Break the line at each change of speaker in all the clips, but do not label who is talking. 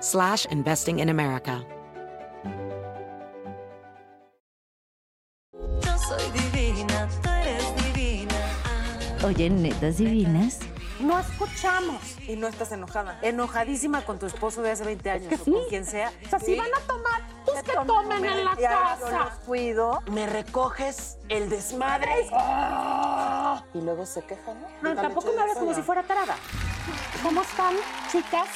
slash investing in America.
Yo soy divina, tú eres divina.
Oye, netas divinas.
No escuchamos. Y no estás enojada. Enojadísima con tu esposo de hace 20 años o con quien sea.
O sea, si van a tomar, pues que tomen en la
Y ahora Yo
casa.
los cuido. Me recoges el desmadre. ¡Ah! Y luego se quejan.
No, tampoco me hables como si fuera tarada. ¿Cómo están, chicas?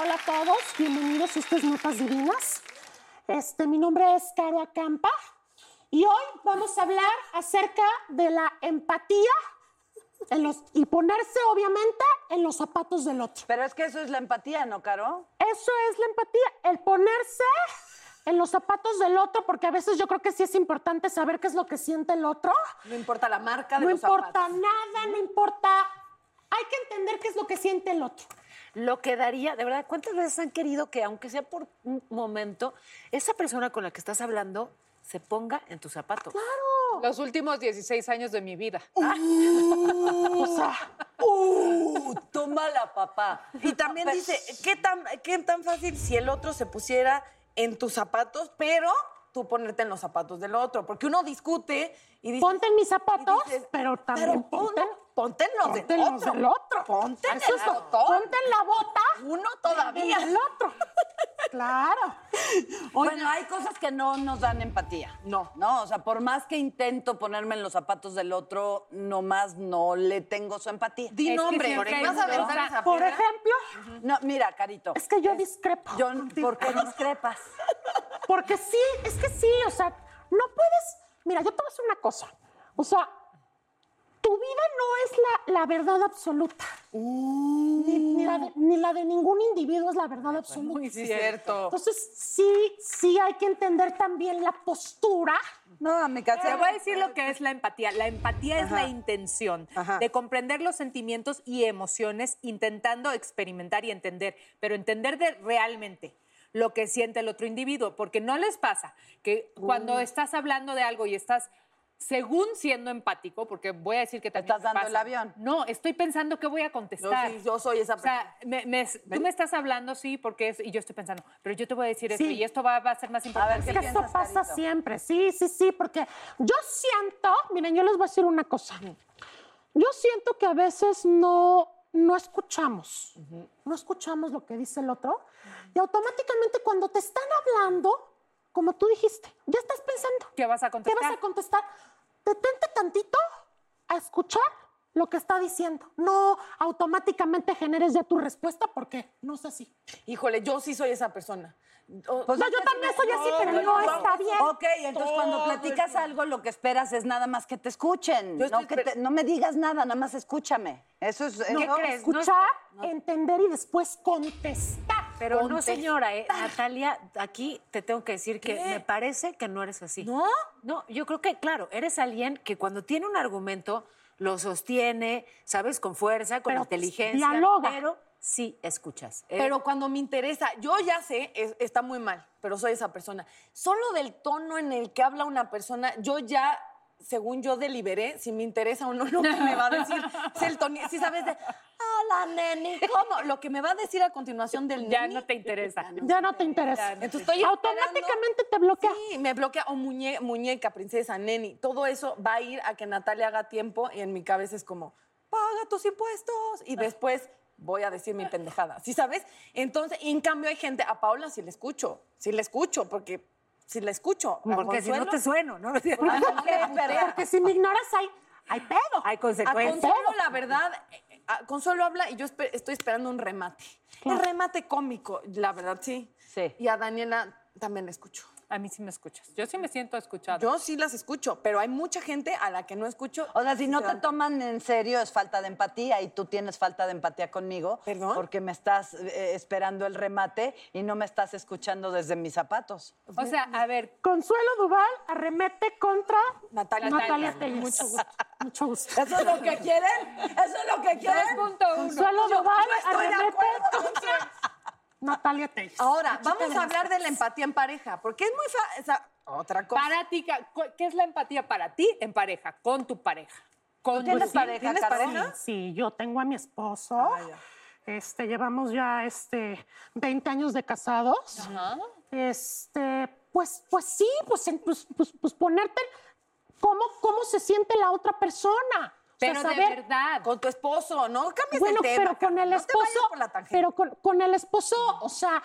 Hola a todos, bienvenidos a estas notas divinas. Este, mi nombre es Caro Acampa y hoy vamos a hablar acerca de la empatía en los- y ponerse, obviamente, en los zapatos del otro.
Pero es que eso es la empatía, ¿no, Caro?
Eso es la empatía, el ponerse en los zapatos del otro, porque a veces yo creo que sí es importante saber qué es lo que siente el otro.
No importa la marca de
No
los
importa
zapatos.
nada, no importa. Hay que entender qué es lo que siente el otro.
Lo que daría, de verdad, ¿cuántas veces han querido que, aunque sea por un momento, esa persona con la que estás hablando se ponga en tus zapatos?
Los últimos 16 años de mi vida.
O sea,
¡Uh! Tómala, papá.
Y también
Pero-
dice, ¿qué tan, ¿qué tan fácil si el otro se pusiera en tus zapatos, pero tú ponerte en los zapatos del otro? Porque uno discute y dice...
ponte en mis zapatos,
y dices,
pero también
"Pero
ponte,
ponte en los
ponte
del
en los
otro.
del otro.
Ponte en
Eso
el
es todo.
botón.
Ponte en la bota.
Uno todavía.
del otro. Claro.
bueno, hay cosas que no nos dan empatía.
No.
No, o sea, por más que intento ponerme en los zapatos del otro, nomás no le tengo su empatía.
Di nombre. ¿Vas a aventar esa
Por
piedra?
ejemplo,
No, mira, Carito.
es que yo discrepo.
Yo, ¿Por qué discrepas?
Porque sí, es que sí, o sea, no puedes. Mira, yo te voy a decir una cosa. O sea, tu vida no es la, la verdad absoluta. Ni, ni la de, ni la de ningún individuo es la verdad absoluta.
Muy cierto.
Entonces, sí, sí hay que entender también la postura.
No, me cansé.
Te voy a decir lo que es la empatía. La empatía es la intención
Ajá.
de comprender los sentimientos y emociones intentando experimentar y entender, pero entender de realmente lo que siente el otro individuo, porque no les pasa que cuando estás hablando de algo y estás según siendo empático, porque voy a decir que también
Estás
me
dando el
pasa.
avión.
No, estoy pensando qué voy a
Yo,
contestar.
sí, yo soy esa
O sea, me- me- tú me estás hablando, sí, porque es, y yo estoy pensando, pero yo te voy a decir esto
Sí.
y esto va, va a ser más importante.
¿qué
Es que eso
piensas,
pasa
Carito?
siempre, sí, sí, sí, porque yo siento, miren, yo les voy a decir una cosa. Yo siento que a veces no, no escuchamos, no escuchamos lo que dice el otro y automáticamente cuando te están hablando, como tú dijiste, ya estás pensando.
¿Qué vas a
¿Qué
contestar?
vas a contestar? Detente tantito a escuchar lo que está diciendo. No automáticamente generes ya tu respuesta porque no es así.
Híjole, yo sí soy esa persona. O-
Pues
No,
es
yo
que
también soy así, pero
bueno,
no
vamos.
está bien.
Ok, entonces cuando
Todo el
platicas
tiempo.
algo, lo que esperas es nada más que te escuchen.
Yo estoy
No, que te-
esper-
no me digas nada, nada más escúchame. Eso es.
¿Qué
eso-
crees? No,
Escuchar, entender y después contestar.
Pero no, señora, eh, Natalia, aquí te tengo que decir que me parece que no eres así.
¿No?
No, yo creo que, claro, eres alguien que cuando tiene un argumento lo sostiene, sabes, con fuerza, con
Pero
inteligencia.
dialoga.
Pero sí escuchas. Eh,
Pero cuando me interesa, yo ya sé, es- está muy mal, pero soy esa persona. Solo del tono en el que habla una persona, yo ya, según yo deliberé, si me interesa o no lo que me va a decir. si, el toni- si sabes de, hola, nene, ¿cómo? Lo que me va a decir a continuación del
Ya
nene.
no te interesa.
Ya no te interesa.
Entonces estoy
automáticamente te
esperando-
bloquea.
Sí, me bloquea. O muñe- muñeca, princesa, neni. Todo eso va a ir a que Natalia haga tiempo y en mi cabeza es como, paga tus impuestos. Y después voy a decir mi pendejada. ¿Sí sabes? Entonces, y en cambio hay gente, a Paula sí le escucho, sí le escucho, porque si la escucho. a
Porque si no
Consuelo-
te sueno, ¿no?
Ah,
Porque si me ignoras hay, hay pedo.
Hay
A
consecuencias.
Consuelo, la verdad, eh, a Consuelo habla y yo espe- estoy esperando un remate. El remate cómico, la verdad, sí.
Sí.
Y a Daniela también la escucho.
A mí sí me escuchas. Yo sí me siento escuchada.
Yo sí las escucho, pero hay mucha gente a la que no escucho.
O sea, si no te
Pero-
toman en serio es falta de empatía y tú tienes falta de empatía conmigo.
¿Perdón?
Porque me estás eh, esperando el remate y no me estás escuchando desde mis zapatos.
O sea, a ver,
Consuelo Duval arremete contra
Natalia.
Natalia Telles. Mucho gusto. Mucho gusto.
¿Eso es lo que quieren? ¿Eso es lo que quieren?
2.1.
Consuelo Duval arremete
acuerdo.
contra Natalia Telles.
Ahora, vamos a hablar de la empatía en pareja, porque es muy fa- o sea, otra cosa.
Para ti, ca- cu- ¿qué es la empatía para ti en pareja? Con tu pareja. Con
¿Tienes
tu-
pareja,
¿tienes
Carol?
pareja?
Sí, yo tengo a mi esposo. este, llevamos ya este, 20 años de casados. Este, pues, pues sí, pues, en- pues, pues- pues ponerte cómo, cómo se siente la otra persona. O sea,
Pero de
saber-
verdad.
Con tu esposo, no cambies
bueno,
el tema.
pero con
Carmen,
el
no te
esposo,
vayas por la tangente.
pero con, con el esposo, o sea,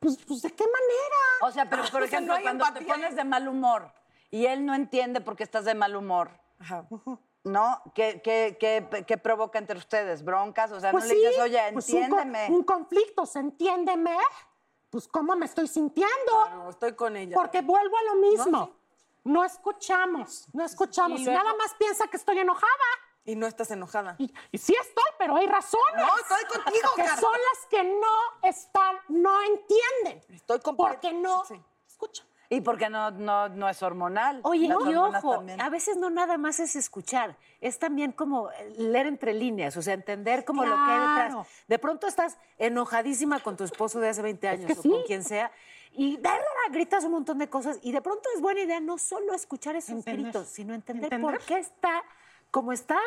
pues, pues, de qué manera.
O sea, pero por
O sea, no
ejemplo,
hay
cuando te
empatía.
pones de mal humor y él no entiende por qué estás de mal humor, ¿no? ¿Qué, qué- qué- qué provoca entre ustedes? ¿Broncas? O sea,
Pues
no
sí,
le dices, oye,
pues un con-
entiéndeme.
Un, conflicto, ¿se entiéndeme? Pues cómo me estoy sintiendo.
Ah, No, estoy con ella.
Porque vuelvo a lo mismo. No, escuchamos, no escuchamos.
Y
Y
luego-
Nada más piensa que estoy enojada.
Y no estás enojada.
Y, y sí estoy, pero hay razones.
No, estoy contigo,
Que
Carla.
son las que no están, no entienden.
Estoy con
Porque no.
Sí.
Escucha.
Y porque no, no, no es hormonal.
Oye,
Las
y
hormonas
ojo,
también.
a veces no nada más es escuchar, es también como leer entre líneas, o sea, entender como lo que hay
Claro.
detrás. De pronto estás enojadísima con tu esposo de hace 20 años
que
o
sí.
con quien sea, y da, da, da, gritas un montón de cosas, y de pronto es buena idea no solo escuchar esos
Entender.
gritos, sino entender,
Entender.
por qué está como está.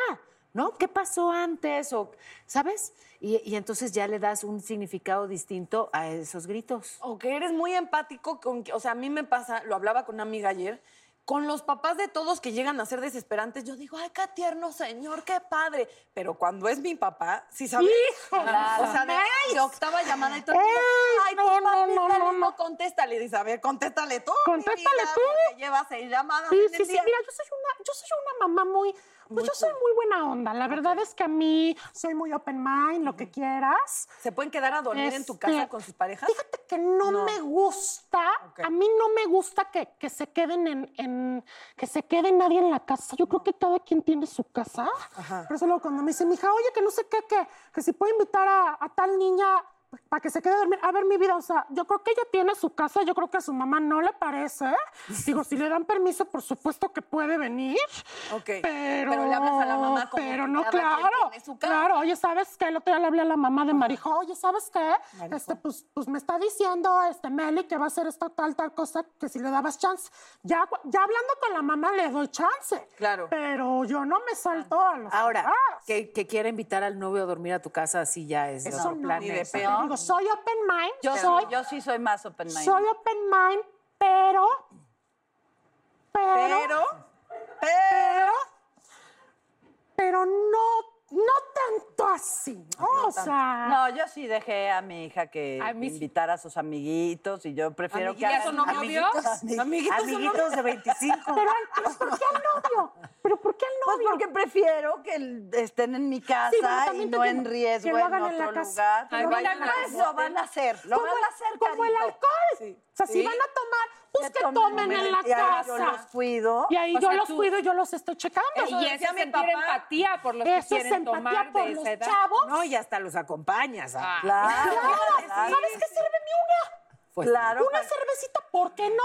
¿No? ¿Qué pasó antes? O, ¿Sabes? Y, y entonces ya le das un significado distinto a esos gritos.
O que eres muy empático con, que- o sea, a mí me pasa, lo hablaba con una amiga ayer, con los papás de todos que llegan a ser desesperantes, yo digo, ay, qué tierno señor, qué padre. Pero cuando es mi papá, sí sabes.
Hijo,
O sea, de, de octava llamada y todo. el mundo,
Ey,
Ay,
no,
tu
no,
papá
no,
no,
no, no.
contéstale. Dice, a ver, contéstale tú. mi
Contéstale
vida,
tú.
porque Llevas seis llamadas.
Sí,
en el
sí, sí.
día.
Mira, yo soy una, yo soy una mamá muy. Pues yo soy muy buena onda. La verdad es que a mí soy muy open mind, lo que quieras.
¿Se pueden quedar a dormir en tu
Este,
casa con sus parejas?
Fíjate que no,
No.
me gusta,
Ok.
a mí no me gusta que, que se queden en, en- que se quede nadie en la casa. Yo creo que cada quien tiene su casa.
Ajá.
Por eso luego cuando me dice mi hija, oye, que no sé qué, que, que si puedo invitar a, a tal niña para que se quede a dormir. A ver, mi vida, o sea, yo creo que ella tiene su casa, yo creo que a su mamá no le parece. Digo, si le dan permiso, por supuesto que puede venir.
Ok.
Pero,
Pero le hablas a la mamá como
Pero
que
no,
cada quien
claro.
tiene su casa.
Claro, oye, ¿sabes qué? El otro día le hablé a la mamá de Marijo, oye, ¿sabes qué?
Marijo.
Este, pues, pues me está diciendo este Meli que va a hacer esta tal, tal cosa, que si le dabas chance. Ya, cu- ya hablando con la mamá le doy chance.
Claro.
Pero yo no me salto a los
Ah. Ahora,
papás.
que, que quiera invitar al novio a dormir a tu casa, así ya es de
Eso
otro
no.
plan,
Ni de
¿eh?
Te
peor.
digo, soy open mind,
Yo,
soy,
soy, yo sí soy más open mind.
soy open mind, pero, pero,
Pero,
pero, pero no, no tanto así. ¿no? o sea,
No, yo sí dejé a mi hija que
A mí sí.
invitara a sus amiguitos y yo prefiero que
¿Amiguitos
hagan-
o novios?
amiguitos,
Amiguitos o
amiguitos de 25.
pero, al- pero ¿por qué al novio? ¿Pero por qué al
Pues
novio?
porque prefiero que el- estén en mi casa
Sí, bueno,
y
también te
no en
entiendo.
riesgo
Que lo
en
hagan
otro
en la casa.
lugar.
Ay, vayan
Pero
al
pues lo van a hacer, lo van
Como
a
el-
hacer,
Como el
carito.
alcohol.
Sí.
O sea, si
Sí.
van a tomar, pues que
tomen,
tomen en la
y ahí Yo los
casa.
cuido.
Y ahí
O
yo
sea,
los
tú-
cuido y yo los estoy checando.
y eso es
decía mi
sentir
papá.
empatía por los que
Eso es
quieren
empatía
tomar
por
de
los
esa edad.
chavos.
No,
No, y hasta los acompañas. ¿ah?
Ah.
Claro,
Claro,
claro.
¿sabes qué sirve mi una?
Pues
Claro,
Una
para-
cervecita, ¿por qué no?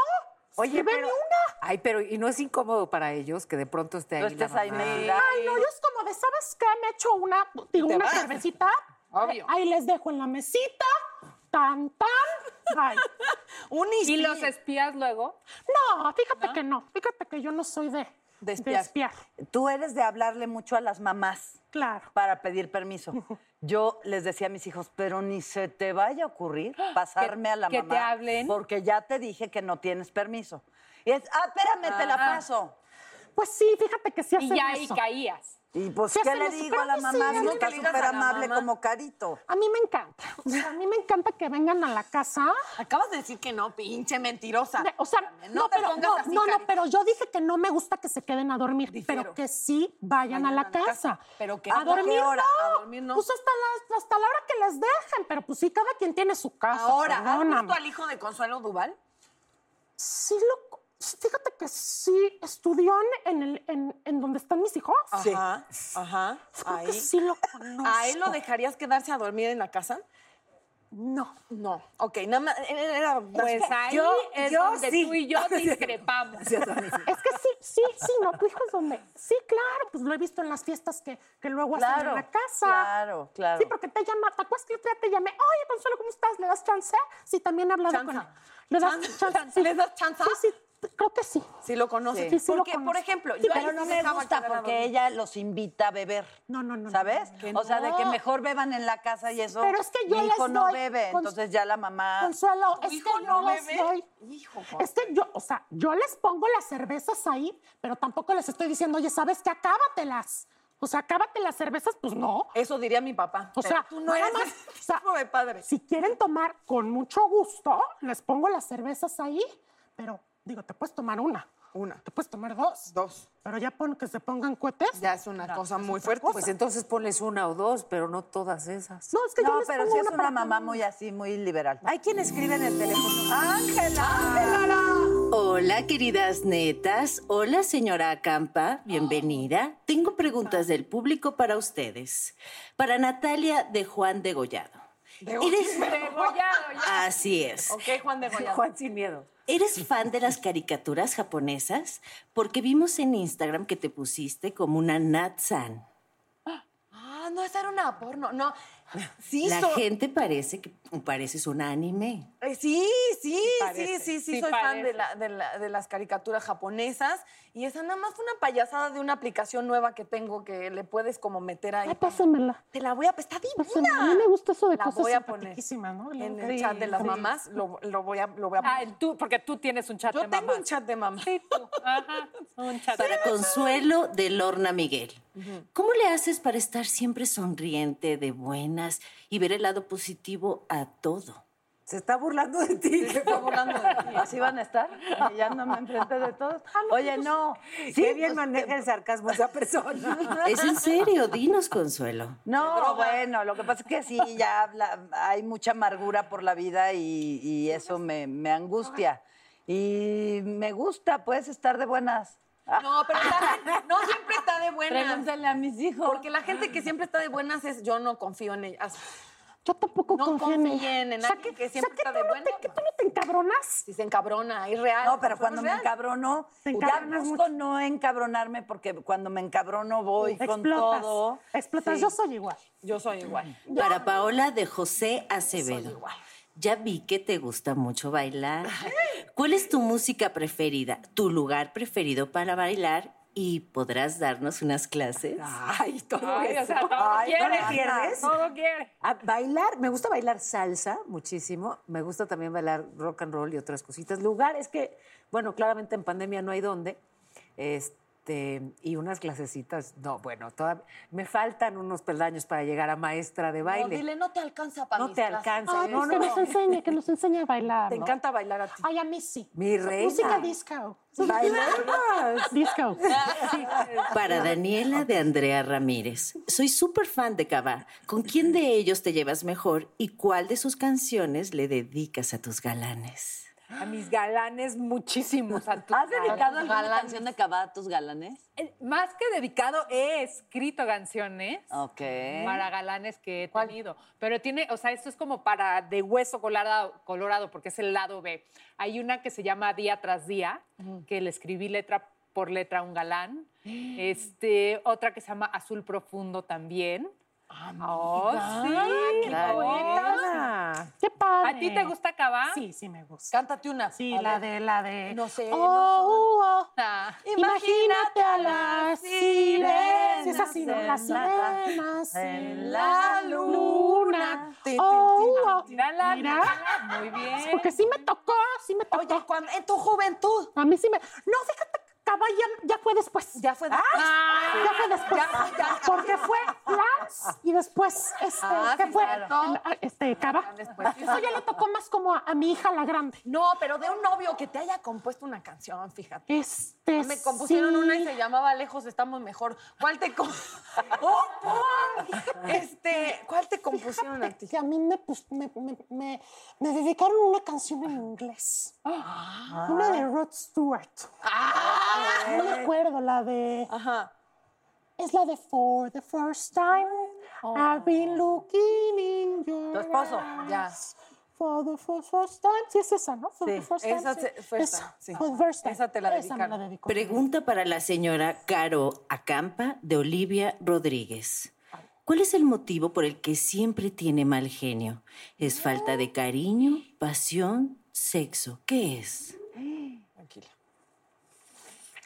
Oye,
sirve
pero-
mi una.
Ay, pero ¿y no es incómodo para ellos que de pronto esté Pues, ahí
Tú
la
estés ahí
mamá?
metida.
Ay, no, yo es como de, ¿sabes qué? Me echo una, digo, una cervecita.
Obvio.
Ahí les dejo en la mesita. Tan, tan. Ay.
un
¿Y
sí.
los espías luego?
No, fíjate que no. Fíjate que yo no soy de,
De espiar.
Tú eres de hablarle mucho a las mamás.
Claro.
para pedir permiso. Yo les decía a mis hijos, pero ni se te vaya a ocurrir pasarme a la
que te
mamá.
hablen.
Porque ya te dije que no tienes permiso. Y es, ah, espérame, te la paso.
Pues sí, fíjate que sí hacen
Y ya ahí
eso.
caías.
Y pues,
Sí,
¿qué
se
le
les-
digo
creo
a la
que sí,
mamá?
es
Si
lo
está
que le digas
súper
a la
amable
mamá.
como Carito.
A mí me encanta. O sea, a mí me encanta que vengan a la casa.
Acabas de decir que no, pinche mentirosa.
Ah. O sea, no,
te
pero,
pongas
no,
así,
no, no,
Cari.
pero yo dije que no me gusta que se queden a dormir,
Difiero.
pero que sí vayan a la casa.
Pero que-
a
¿Hasta qué
dormir,
hora?
no.
A dormir no.
Pues hasta la, hasta la hora que les dejen, pero pues sí, cada quien tiene su casa.
Ahora, ¿has
perdóname.
visto al hijo de Consuelo Duval?
Sí, lo, fíjate que sí estudió en, en el, en, en donde están mis hijos.
Ajá, ajá.
Creo que
Ahí.
sí lo conozco.
¿A él lo dejarías quedarse a dormir en la casa?
No.
No. Ok, nada más. era- era-
Pues ahí
Yo-
es
yo
donde
sí.
tú y yo discrepamos.
Es que sí, sí, sí, no, tu hijo es donde. Sí, claro, pues lo he visto en las fiestas que, que luego hacen
Claro,
en la casa.
claro, claro.
Sí, porque te llama, ¿te acuerdas que yo te llamé? Oye, Consuelo, ¿cómo estás? ¿Le das chance? Sí, también he hablado con él. ¿Le das
Chance.
chance? Sí.
¿Le das chance?
Sí, sí, t- creo que sí.
Sí lo conoce.
Sí, sí lo
porque, por
conozco.
ejemplo,
Sí,
yo
pero
pero
no
no
me
me gusta
dejaba quedar a
porque ella los invita a beber.
No, no, no, no,
¿Sabes?
no,
O sea, de que mejor beban en la casa y eso.
Pero es que yo
Mi
les
hijo no
doy
bebe,
cons-
entonces ya la mamá.
Consuelo, es
hijo
que
no
yo les
bebe?
doy.
Hijo,
es que yo, o sea, yo les pongo las cervezas ahí, pero tampoco les estoy diciendo, oye, ¿sabes qué? Acábatelas. O sea, acábate las cervezas, pues no.
Eso diría mi papá.
O
Pero
sea,
tú no
nada
eres
más,
ese
o sea,
tipo de padre.
Si quieren tomar con mucho gusto, les pongo las cervezas ahí, pero digo, te puedes tomar una.
Una.
Te puedes tomar dos.
Dos.
Pero ya pon que se pongan cohetes.
Ya es una cosa muy fuerte.
Pues entonces ponles una o dos, pero no todas esas.
No, es que yo
No,
les
pero
pongo
si es
para
una mamá
cada uno.
muy así, muy liberal.
Hay quien escribe en el teléfono.
Hola, queridas netas. Hola, señora Acampa. Bienvenida. Tengo preguntas del público para ustedes. Para Natalia de Juan Degollado. ¿Eres... Así es.
Ok, Juan de Goya.
Juan sin miedo.
¿Eres fan de las caricaturas japonesas? Porque vimos en Instagram que te pusiste como una Natsan.
Ah, no, esa era una porno. No. Sí,
La
so-
gente parece que pareces un anime.
Eh, Sí, sí, sí, sí,
parece,
sí,
sí
soy fan
parece.
de, la- de la- de las caricaturas japonesas. Y esa nada más fue una payasada de una aplicación nueva que tengo que le puedes como meter ahí.
Ay, pásamela.
Te la voy a... Está
Pásamela. A mí me
divina.
gusta eso Ah, de
La
cosas
voy a poner
simpaticísimas, ¿no?
En
Luego-
el chat de las mamás lo, lo voy a, lo voy a
Ah,
poner.
el tú, porque tú tienes un chat
Yo
de
tengo
mamás.
un chat de mamá.
Sí, tú. Ajá, un chat de
Para Consuelo de Lorna Miguel. ¿Cómo le haces para estar siempre sonriente, de buenas y ver el lado positivo a todo?
Se está burlando de ti.
Se está burlando de ti.
Así van a estar, humillándome enfrente de todos. Oye, no.
Qué
pues,
bien maneja el sarcasmo esa persona.
Es en serio, dinos Consuelo.
No, bueno, lo que pasa es que sí, ya habla- hay mucha amargura por la vida y, y eso me, me angustia. Y me gusta, puedes estar de buenas.
No, pero está- no siempre está de buenas.
Pregúntale a mis hijos.
Porque la gente que siempre está de buenas es yo no confío en ellas.
Yo tampoco
No
confío en ella.
confíen en
O sea,
alguien
que-
que
o sea,
siempre
que
está
tú
de
no te-
buenas.
que tú no te encabronas.
Si se encabrona, es real.
No, pero
Somos
cuando me
real.
encabrono,
Te
ya
encabronas
busco no encabronarme porque cuando me encabrono voy con
Explotas.
todo.
Explotas.
Sí.
Yo soy igual.
Yo soy igual.
Para Paola de José Acevedo. Ya vi que te gusta mucho bailar. ¿Cuál es tu música preferida? ¿Tu lugar preferido para bailar? ¿Y podrás darnos unas clases?
Ay, todo
Ay, o
eso.
sea, todo
Ay, ¿no
quiere.
le pierdes?
Todo quiere.
A bailar, me gusta bailar salsa muchísimo. Me gusta también bailar rock and roll y otras cositas. Lugares que, bueno, claramente en pandemia no hay dónde. Este, y unas clasecitas, no, bueno, toda- me faltan unos peldaños para llegar a maestra de
No,
baile.
dile, no te alcanza para
No
mis
te
clases.
alcanza.
Ay,
No,
pues
no,
que
no.
nos enseñe, que nos enseñe a bailar.
Te
¿no?
encanta bailar a ti.
Ay, a mí sí.
Mi reina.
Música disco.
Bailabas.
Disco.
Para Daniela de Andrea Ramírez. Soy súper fan de Cava. ¿Con quién de ellos te llevas mejor y cuál de sus canciones le dedicas a tus galanes?
A mis galanes muchísimos. a tus
¿Has dedicado
galanes.
alguna canción de Cabá a tus galanes?
Eh, Más que dedicado, he escrito canciones.
Ok.
Para galanes que he tenido. Pero tiene, o sea, esto es como para de hueso colorado, colorado, porque es el lado B. Hay una que se llama Día tras Día, que le escribí letra por letra a un galán. Este, otra que se llama Azul Profundo también.
Ah,
Oh, sí,
claro.
bonito.
Qué padre.
¿A ti te gusta acabar?
Sí, sí me gusta.
Cántate una.
Sí,
A
la
ver.
de, la de...
No sé, Ah,
Oh, uh, oh. Imagínate a las sirenas. Sí, es así, ¿no? Las
en la-
sirenas.
en la
luna.
Tin, tin,
Oh,
tin,
uh, oh.
tin,
Mírala,
Mira.
mírala, Muy bien.
Porque sí me tocó, sí me tocó.
Oye, cuando, en tu juventud.
A mí sí me. No, fíjate, que acaba, ya, ya fue después. Ya fue después. ya
Ah,
fue después. Porque fue Lance y después este,
Ah,
¿qué
sí,
fue
claro.
Ah, este Cava. Eso ya le tocó más como a, a mi hija la grande.
No, pero de un novio que te haya compuesto una canción, fíjate.
Este,
Me compusieron
sí.
una y se llamaba Lejos Estamos Mejor. ¿Cuál te com- ¡Oh, por! Este, ¿cuál te compusieron a ti?
que a mí me, pus- me, me- me- me dedicaron una canción en inglés.
Ah.
Una de Rod Stewart. No me acuerdo, la de.
Ajá.
Es la de For the First Time. I've been looking in your
Tu esposo,
ya.
eyes For the fir- first time. Sí, es esa, ¿no? For
Sí,
the first time.
Esa
sí.
se- fue esta,
Esa,
sí.
For the first time.
Esa te la
Esa me
dedicaron.
dedicó.
Pregunta para la señora Caro Acampa de Olivia Rodríguez. ¿Cuál es el motivo por el que siempre tiene mal genio? ¿Es falta de cariño, pasión, sexo? ¿Qué es?
Tranquila.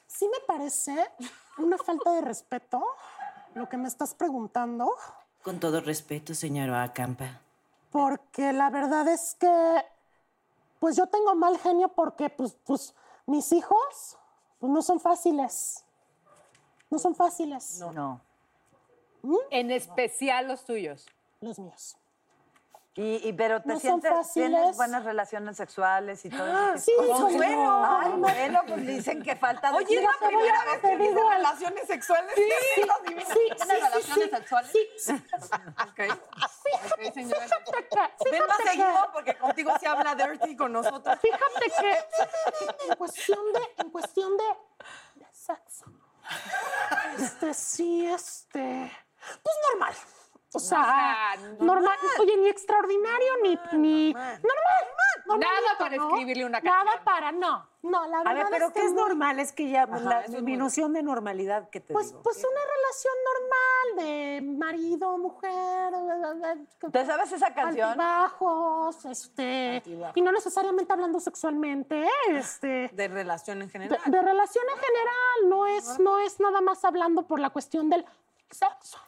Sí me parece una falta de respeto lo que me estás preguntando.
Con todo respeto, señora Acampa.
Porque la verdad es que, pues yo tengo mal genio porque, pues, pues mis hijos, pues no son fáciles. No son fáciles ¿Mm?
No.
En especial los tuyos.
los míos.
Y, y- pero te
No son
sientes,
fáciles.
tienes buenas relaciones sexuales y todo
Ah,
eso.
Sí, soy
bueno.
yo.
Ay, bueno, pues dicen que falta de
Oye, es la
te voy
primera
a-
vez
te
que digo
digo-
relaciones sexuales. pues, Sí,
Sí, sí, sí, sí, sí, sí.
Ok, señora.
Fíjate que-
Ven más
fíjate que-
seguido porque contigo se habla dirty con nosotros.
Fíjate que en cuestión de, en cuestión de, de sexo. Este sí, este. Pues normal. O sea, normal. Oye, ni extraordinario, ni. ni normal. normal.
Nada para escribirle una
Nada
canción.
para, no. No, la verdad
A ver, pero
es que
¿qué es
no.
normal? Es que ya la
eso es muy-
disminución de normalidad que te
Pues,
digo.
pues una relación normal de marido, mujer. bla, bla, bla,
¿Te sabes esa canción?
Altibajos, este. Y no necesariamente hablando sexualmente, este.
De relación en general.
De, de relación en general, no es, no es nada más hablando por la cuestión del sexo.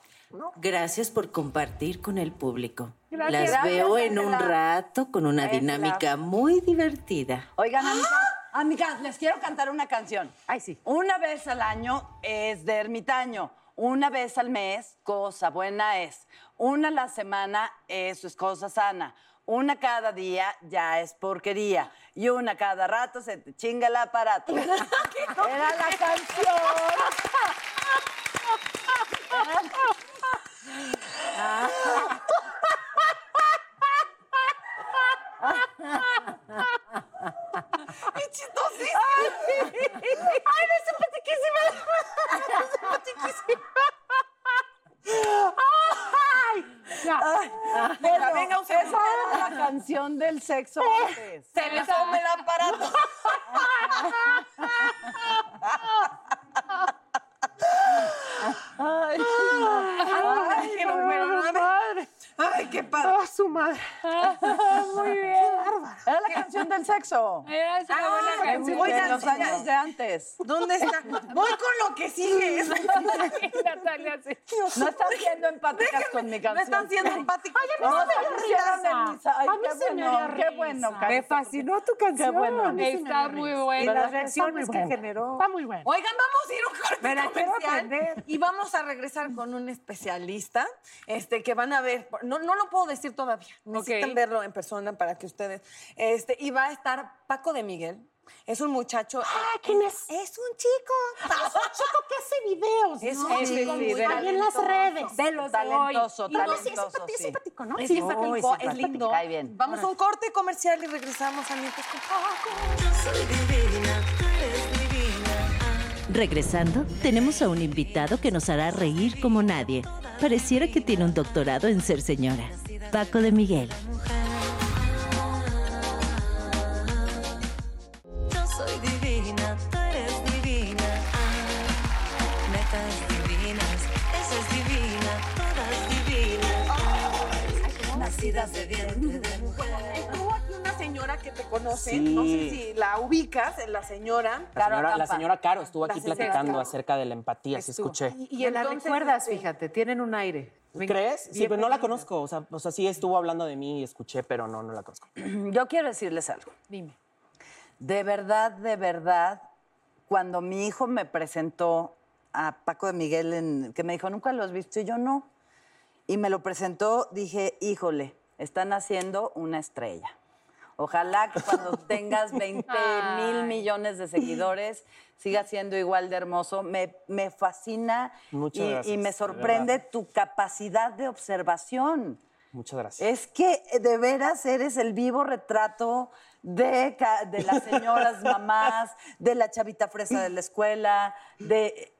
Gracias por compartir con el público.
Gracias.
Las veo
Gracias,
en un
Ángela.
rato con una
Ángela.
dinámica muy divertida.
Oigan,
Ah.
amigas, amigas, les quiero cantar una canción.
Ay, sí.
Una vez al año es de ermitaño. Una vez al mes, cosa buena es. Una a la semana, eso es cosa sana. Una cada día ya es porquería. Y una cada rato se te chinga el aparato. Era la canción.
¡Ay! Ya.
Venga, venga usted. Esa era la canción del
Eh,
sexo antes.
Se les come el aparato. Ay, qué madre. Ay, qué padre.
¡Ah, su madre! Muy bien. bárbaro.
Era la canción del sexo.
Era una buena canción.
Oigan, los años Ah, de antes.
¿Dónde está? Voy con lo que sigue.
Natalia, sí.
No están siendo empáticas
Déjenme,
con mi
No
canción.
están siendo empáticos.
No,
No,
a mí
se
se me dio
pusieron
risa.
en misa. Ay,
A mí
qué
se me
bueno,
dio
qué
risa.
bueno,
Me
Carlos,
fascinó tu canción.
bueno.
Está muy
Y
buena.
las
Está muy
reacciones que
buena.
generó.
Está muy bueno.
Oigan, vamos a ir a un corte
Me la quiero
comercial
aprender.
y vamos a regresar con un especialista este, que van a ver. No, no lo puedo decir todavía. Necesitan
Ok.
verlo en persona para que ustedes. Este, y va a estar Paco de Miguel. Es un muchacho.
Ah, ¿quién es?
Es un chico.
Es un chico que hace videos.
Es
¿no?
un
Sí,
chico
sí,
muy
de-
Ahí en las
talentoso.
redes.
De los de hoy.
talentoso,
Y no, sí, es
talentoso,
simpati- es
sí.
simpático, ¿no?
Es
Sí.
simpático,
Muy
es
simpático,
lindo.
cae bien.
Vamos a un corte comercial y regresamos a Mientes con Paco.
Yo soy divina, tú eres divina.
Regresando, tenemos a un invitado que nos hará reír como nadie. Pareciera que tiene un doctorado en ser señora. Paco de Miguel.
Yo soy divina, tú eres divina. Ah, metas divinas, esa es divina, todas divinas. Nacidas de diente de mujer.
Estuvo aquí una señora que te conoce. No sé si la ubicas, la señora.
La señora,
Acampa.
la señora Caro estuvo
La
aquí
señora
platicando
Caro.
acerca de la empatía, si
Estuvo.
escuché.
Y, y la
entonces,
recuerdas,
este,
fíjate, tienen un aire. Me-
¿Crees? Sí,
bien
pero no la
pequeñita.
conozco. O sea, o sea, sí estuvo hablando de mí y escuché, pero no, no la conozco.
Yo quiero decirles algo.
Dime.
De verdad, de verdad, cuando mi hijo me presentó a Paco de Miguel, en- que me dijo, nunca lo has visto, y yo no. Y me lo presentó, dije, híjole, están haciendo una estrella. Ojalá que cuando tengas 20 mil millones de seguidores sigas siendo igual de hermoso. Me, me fascina
Muchas
y,
gracias,
y me
de
sorprende tu capacidad de observación.
Muchas gracias.
Es que eh, de veras eres el vivo retrato de, ca- de las señoras mamás, de la chavita fresa de la escuela, de...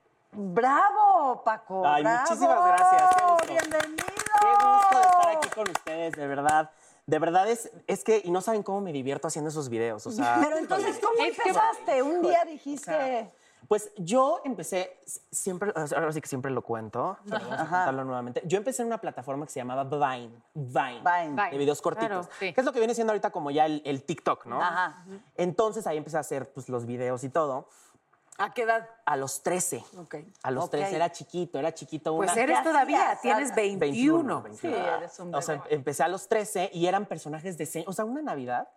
¡Bravo, Paco!
Ay,
¡Bravo!
muchísimas gracias, qué gusto.
¡Bienvenido!
Qué gusto de estar aquí con ustedes, de verdad. De verdad es, es que, y no saben cómo me divierto haciendo esos videos, o sea.
Pero entonces, ¿cómo
híjole.
empezaste? Un día dijiste...
Pues yo empecé, s- siempre, o sea, ahora sí que siempre lo cuento, pero vamos a
Ajá.
contarlo nuevamente. Yo empecé en una plataforma que se llamaba Vine, Vine, de videos cortitos,
Claro,
que es lo que viene siendo ahorita como ya el, el TikTok, ¿no?
Ajá.
Entonces ahí empecé a hacer pues, los videos y todo.
¿A qué edad?
A los 13. A los
Ok.
13, era chiquito, era chiquito.
Pues
una-
eres
¿Qué
todavía,
hacías?
tienes
21.
21.
Sí,
eres un
O sea, empecé a los 13 y eran personajes de... se- O sea, una Navidad,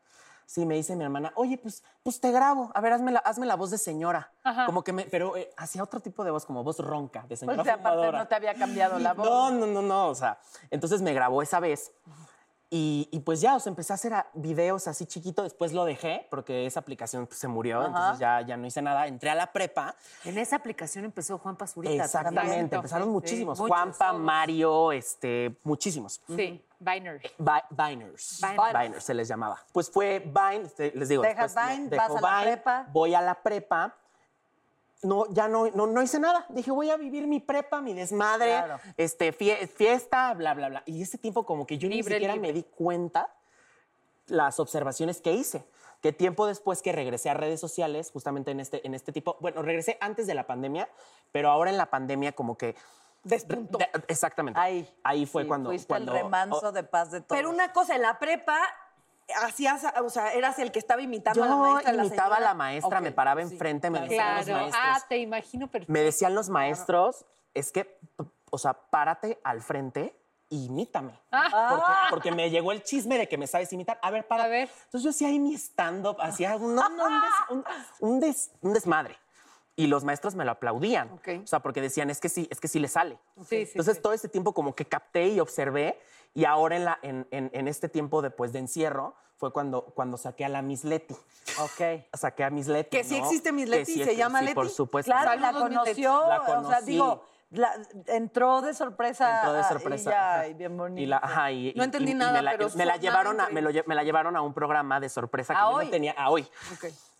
sí, me dice mi hermana, oye, pues, pues te grabo, a ver, hazme la, hazme la voz de señora.
Ajá.
Como que me... Pero eh, hacía otro tipo de voz, como voz ronca, de señora
Pues aparte
fumadora.
no te había cambiado la voz.
No, no, no, no. O sea, entonces me grabó esa vez. Y, y pues ya, o sea, empecé a hacer a- videos así chiquito. Después lo dejé porque esa aplicación pues, se murió.
Ajá.
Entonces ya, ya no hice nada. Entré a la prepa.
En esa aplicación empezó Juan Pazurita.
Exactamente. Empezaron muchísimos.
Muchos.
Juanpa, Mario, este, muchísimos.
Sí, Binary.
Bi- Biners.
Biners.
Biners se les llamaba. Pues fue Vine, este, les digo.
Dejas
después
Vine,
de-
vas
dejo
a la
Vine,
prepa.
Voy a la prepa. No, ya no, no, no hice nada. Dije, voy a vivir mi prepa, mi desmadre,
Claro.
este, fie- fiesta, bla, bla, bla. Y ese tiempo como que yo ni
Libre,
siquiera
libre.
me di cuenta las observaciones que hice. Que tiempo después que regresé a redes sociales, justamente en este, en este tipo, bueno, regresé antes de la pandemia, pero ahora en la pandemia como que... Despuntó. Exactamente. Ahí, fue
Sí,
cuando...
fuiste el
cuando oh,
remanso de paz de todos.
Pero una cosa, en la prepa hacías, o sea, eras el que estaba imitando
Yo
a la maestra.
imitaba a la maestra,
Ok,
me paraba enfrente, me decían los
Claro.
maestros.
Ah, te imagino perfecto.
Me decían los maestros, es que, p- o sea, párate al frente e imítame. Porque,
Ah.
porque me llegó el chisme de que me sabes imitar. A ver, para. ver. Entonces yo hacía ahí mi stand-up, hacía un, no, no, un des- un- un des- un desmadre. Y los maestros me lo aplaudían. O sea, porque decían, es que sí, es que sí le sale.
Sí, sí,
Entonces todo ese tiempo como que capté y observé. Y ahora en, la, en, en- en este tiempo después de encierro fue cuando, cuando saqué a la Miss Leti.
Ok.
Saqué a Miss Leti.
Que sí
¿no?
existe Miss
Que
Leti,
sí
se llama
sí,
Leti.
por supuesto.
Claro, la conoció, o sea, digo, la- entró de sorpresa.
Entró de
ah,
sorpresa,
Y, ya,
ajá.
y bien bonito.
Y la, ajá, y-
No
y-
entendí
y- y
nada,
me la,
pero
me la
sonaba
llevaron a, me, lo lle- me la llevaron a un programa de sorpresa que
¿A
yo
hoy?
no tenía a hoy.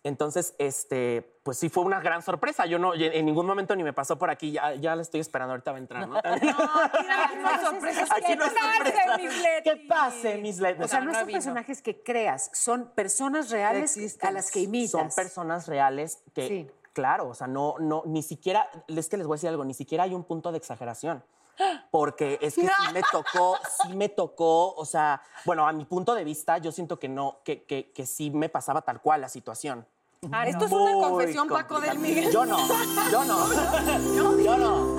Entonces, este, pues sí fue una gran sorpresa. Yo no, y en ningún momento ni me pasó por aquí. Ya, ya la estoy esperando, ahorita va a entrar, ¿no? Aquí no hay sorpresa.
Que
pase, mis Leti.
O sea,
No,
no,
no
son
vino.
personajes que creas, son personas reales a las que imitas.
Son personas reales que, claro, o sea, no, no, ni siquiera, es que les voy a decir algo, ni siquiera hay un punto de exageración. Porque es que sí me tocó, sí me tocó, o sea, bueno, a mi punto de vista, yo siento que no, que, que, que sí me pasaba tal cual la situación.
Ah, Esto es una
Muy
confesión, Paco del
complicado.
Miguel.
Yo no, yo no, yo no. yo no.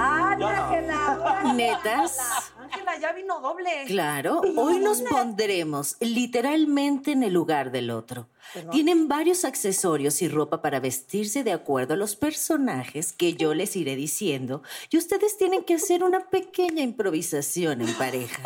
¿Netas?
Ángela, ya vino doble.
Claro, hoy nos pondremos literalmente en el lugar del otro. Tienen varios accesorios y ropa para vestirse de acuerdo a los personajes que yo les iré diciendo y ustedes tienen que hacer una pequeña improvisación en parejas.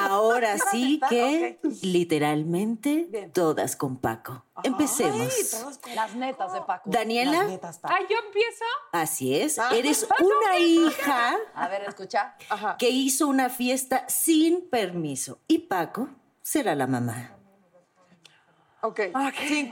Ahora sí que literalmente todas con Paco. Empecemos.
Las netas de Paco.
Daniela. Las
Ah, yo empiezo.
Así es,
Ah.
eres
No,
una
no,
hija
A ver, escucha.
que hizo una fiesta sin permiso y Paco será la mamá.
Ok. Sí.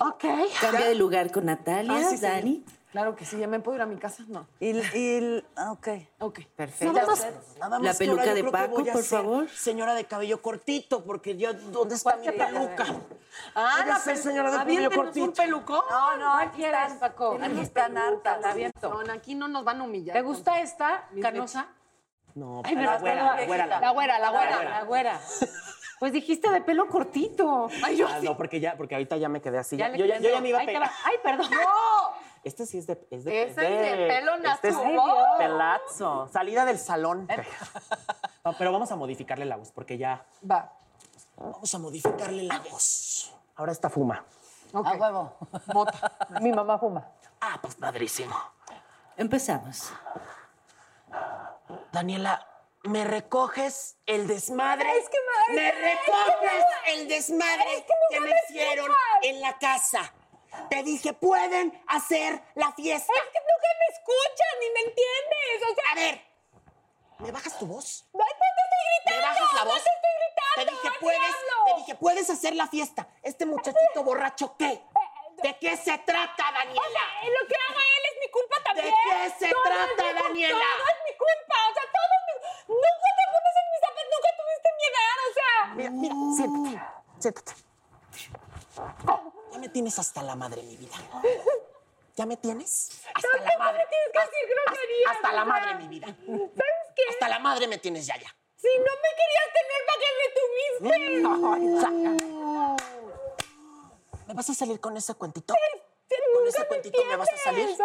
Cambia
Ya.
de lugar con Natalia,
Ah, sí, señor.
Dani.
Claro que sí, ya me puedo ir a mi casa, no.
Y, y ok.
Ok.
Perfecto. Nada más- nada más La que ahora peluca yo de creo que Paco, voy a por ser favor.
Señora de cabello cortito, porque yo, ¿dónde está mi peluca?
Ah,
Voy a ser
pelu-
señora de cabello
aviéntenos
cortito.
un pelucón?
No, no,
aquí quieres, Paco.
Aquí están hartas.
La aviento. Aquí no nos van a humillar.
¿Te gusta esta canosa?
No,
Ay,
pero
pero
la güera, la
está La güera, la
güera. La
güera,
güera.
la güera. Pues dijiste de pelo cortito.
Ah, no, porque ya, porque ahorita ya me quedé así.
Ya
Ya
le
yo, ya, yo
creyó.
ya me iba a
Ahí te
pegar.
va. Ay, perdón.
Este sí es de. Es
Ese
de,
es de pelo
este es
natural. Eh.
pelazo. Salida del salón. No, pero vamos a modificarle la voz, porque ya.
Va.
Vamos a modificarle la voz. Ahora esta fuma.
A huevo.
Mi mamá fuma.
Ah, pues Padrísimo.
Empezamos.
Daniela, ¿me recoges el desmadre?
Es que me-
¿Me
es que-
recoges el desmadre
es
que,
que no
me
me
hicieron
escuchas.
en la casa? Te dije, pueden hacer la fiesta.
Es que nunca me escuchas ni me entiendes. O sea,
a ver, ¿me bajas tu voz?
No, no te estoy
¿Me
gritando.
bajas la
no
voz?
te estoy gritando.
Te dije,
así
puedes,
hablo.
te dije, puedes hacer la fiesta. Este muchachito borracho, ¿qué? ¿De qué se trata, Daniela?
Eh, Lo que haga él es mi culpa también.
qué se
Todo es
trata,
mi culpa,
Daniela?
Todo es mi culpa. O sea, todo es mi... Nunca te pones en mis zapatos. Nunca tuviste mi edad. O sea...
Mira, mira, siéntate, siéntate. Ya me tienes hasta la madre, mi vida. ¿Ya me tienes? Hasta la madre. me tienes que decir groserías. Hasta, la madre, mi vida. ¿Sabes qué? Hasta la madre me tienes ya, ya.
Si no me querías tener, ¿para qué me tuviste?
No, ¿Me vas a salir con ese cuentito? ¿Con ese cuentito me vas a salir?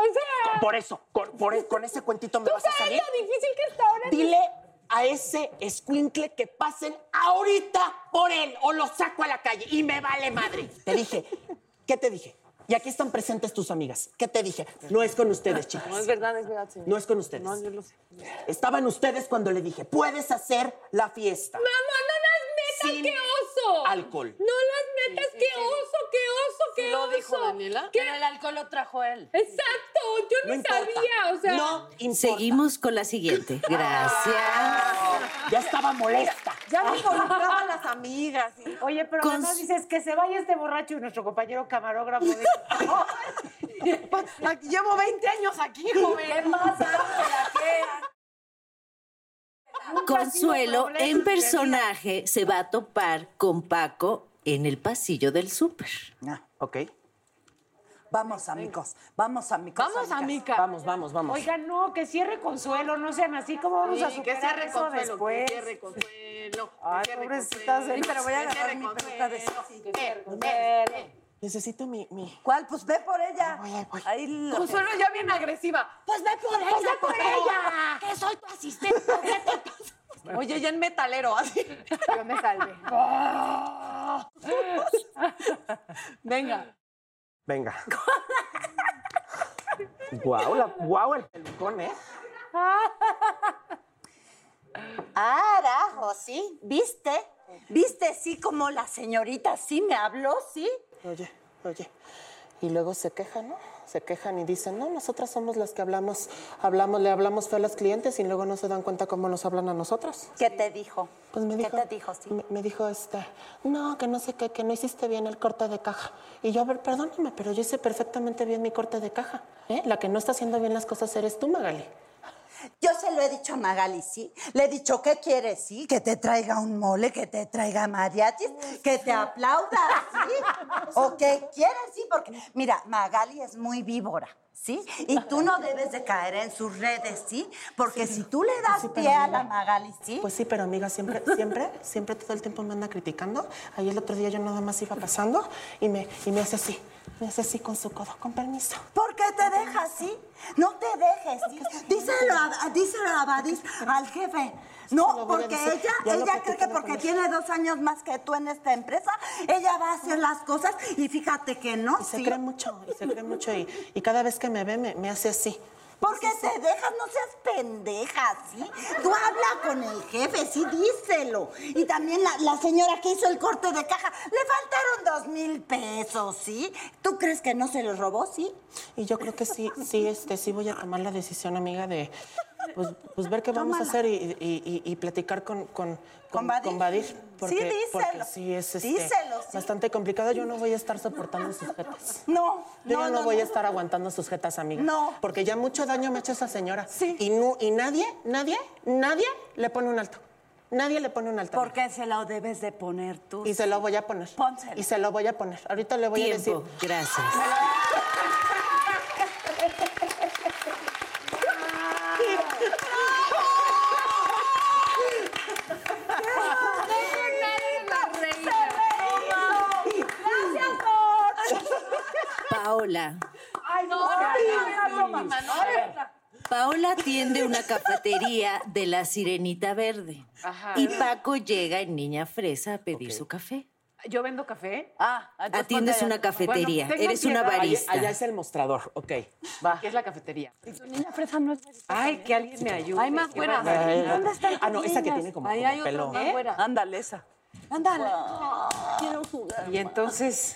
Por eso, con, por- e, con ese cuentito me vas a salir.
Lo difícil que está ahora.
Dile a ese escuincle que pasen ahorita por él o lo saco a la calle y me vale madre. Te dije, ¿qué te dije? Y aquí están presentes tus amigas. ¿Qué te dije? No es con ustedes, chicas.
No es verdad, es verdad, señor.
No es con ustedes.
No, yo lo sé.
Estaban ustedes cuando le dije, puedes hacer la fiesta.
Mamá, no las metas,
Sin
qué oso.
alcohol.
No las metas, qué oso, qué oso, qué
lo
oso.
dijo Daniela.
¿Qué?
Pero el alcohol lo trajo él.
Exacto, yo
No
ni
importa.
sabía, o sea.
No
Seguimos con la siguiente. Gracias.
Ya estaba molesta.
Ya me involucraba a las amigas. y-
Oye, pero
Con
además
su-
dices que se vaya este borracho y nuestro compañero camarógrafo. Pues, De...
Aquí Llevo 20 años aquí, joven. ¿Qué pasa?
Consuelo en personaje se va a topar con Paco en el pasillo del súper.
Ah, Ok.
Vamos, amigos. Vamos, amigos.
Vamos, amiga.
Vamos, vamos, vamos.
Oigan, no, que cierre consuelo, no sean así. ¿Cómo vamos a
Sí,
superar eso después?
que cierre consuelo.
Ay,
que cierre
pobrecitas de
consuelo.
las-
Pero voy a
que
agarrar
cierre
mi pelota de
consuelo,
sí.
que
Eh,
cierre
eh,
consuelo.
eh.
Necesito mi, mi...
¿Cuál? Pues ve por ella.
Voy, voy.
Ahí la-
Consuelo ya bien agresiva.
Pues ve por ella. por ella. Que soy tu asistente. Oye, ya en metalero, así.
Yo me salvé.
Venga.
Venga. Guau, la, guau, el pelucón, ¿eh?
Carajo, ¿sí? ¿Viste? ¿Viste, sí, como la señorita sí me habló, sí?
Oye, oye. Y luego se quejan, ¿no? Se quejan y dicen, no, nosotras somos las que hablamos, hablamos, le hablamos feo a los clientes y luego no se dan cuenta cómo nos hablan a nosotras.
¿Qué te dijo?
Pues me dijo.
¿Qué te dijo, sí?
Me, me dijo este, no, que no sé qué, que no hiciste bien el corte de caja. Y yo, a ver, perdóname, pero yo hice perfectamente bien mi corte de caja. ¿eh? La que no está haciendo bien las cosas eres tú, Magali.
Yo se lo he dicho a Magali, sí. Le he dicho, ¿qué quieres, sí? Que te traiga un mole, que te traiga mariachis, que te aplauda, sí. O que quieres, sí, porque mira, Magali es muy víbora, sí. Y tú no debes de caer en sus redes, sí. Porque si tú le das
Sí, pero
pie a
mira.
la Magali, sí.
Pues sí, pero amiga, siempre, siempre, siempre todo el tiempo me anda criticando. Ahí el otro día yo nada más iba pasando y me, y me hace así, me hace así con su codo, con permiso.
¿Por qué te dejas, sí? No te dejes, sí.
pues,
Díselo a, a- díselo a Badis, al jefe.
lo
No,
voy a
porque
decir.
ella,
Ya lo
ella cree que
platicaba con
porque
ella.
tiene dos años más que tú en esta empresa, ella va a hacer las cosas y fíjate que no,
Y se
sí.
cree mucho, y se cree mucho. Y, y cada vez que me ve, me, me hace así.
Porque te dejas, no seas pendeja, ¿sí? Tú habla con el jefe, sí, díselo. Y también la, la señora que hizo el corte de caja, le faltaron dos mil pesos, ¿sí? ¿Tú crees que no se los robó, sí?
Y yo creo que sí, sí, este, sí voy a tomar la decisión, amiga, de pues, pues ver qué vamos a hacer y, y- y- y platicar con, con,
¿Con Badir?
Badir, porque,
Sí, díselo.
porque sí es este,
Díselo, sí.
bastante complicado. Yo no voy a estar soportando sus jetas.
No,
Yo
no,
ya no,
no,
voy a
no.
estar aguantando sus jetas, amiga.
No.
Porque ya mucho daño me ha hecho esa señora. Sí. Y, no, y nadie, nadie, nadie le pone un alto. Nadie le pone un alto. amiga.
Porque se lo debes de poner tú.
Y se lo voy a poner.
Pónselo.
Y se lo voy a poner. Ahorita le voy a decir.
Tiempo. Gracias. Paola. Paola atiende una cafetería de
Ah.
la Sirenita Verde. Y Paco llega en Niña Fresa a pedir su café.
Yo vendo café.
Ah,
Atiendes una cafetería. Eres una barista.
Allá, allá es el mostrador, ok.
Va. ¿Qué es la cafetería?
Y tu niña fresa no es
Ay, que alguien me ayude.
Hay más
Qué
buenas.
barbaridad.
¿Dónde están tus
Ah, no, esa que
niñas?
tiene como-
Ahí
como
hay
pelo.
otra más
¿Eh?
buena.
Ándale, esa.
Ándale.
Quiero jugar.
Y entonces,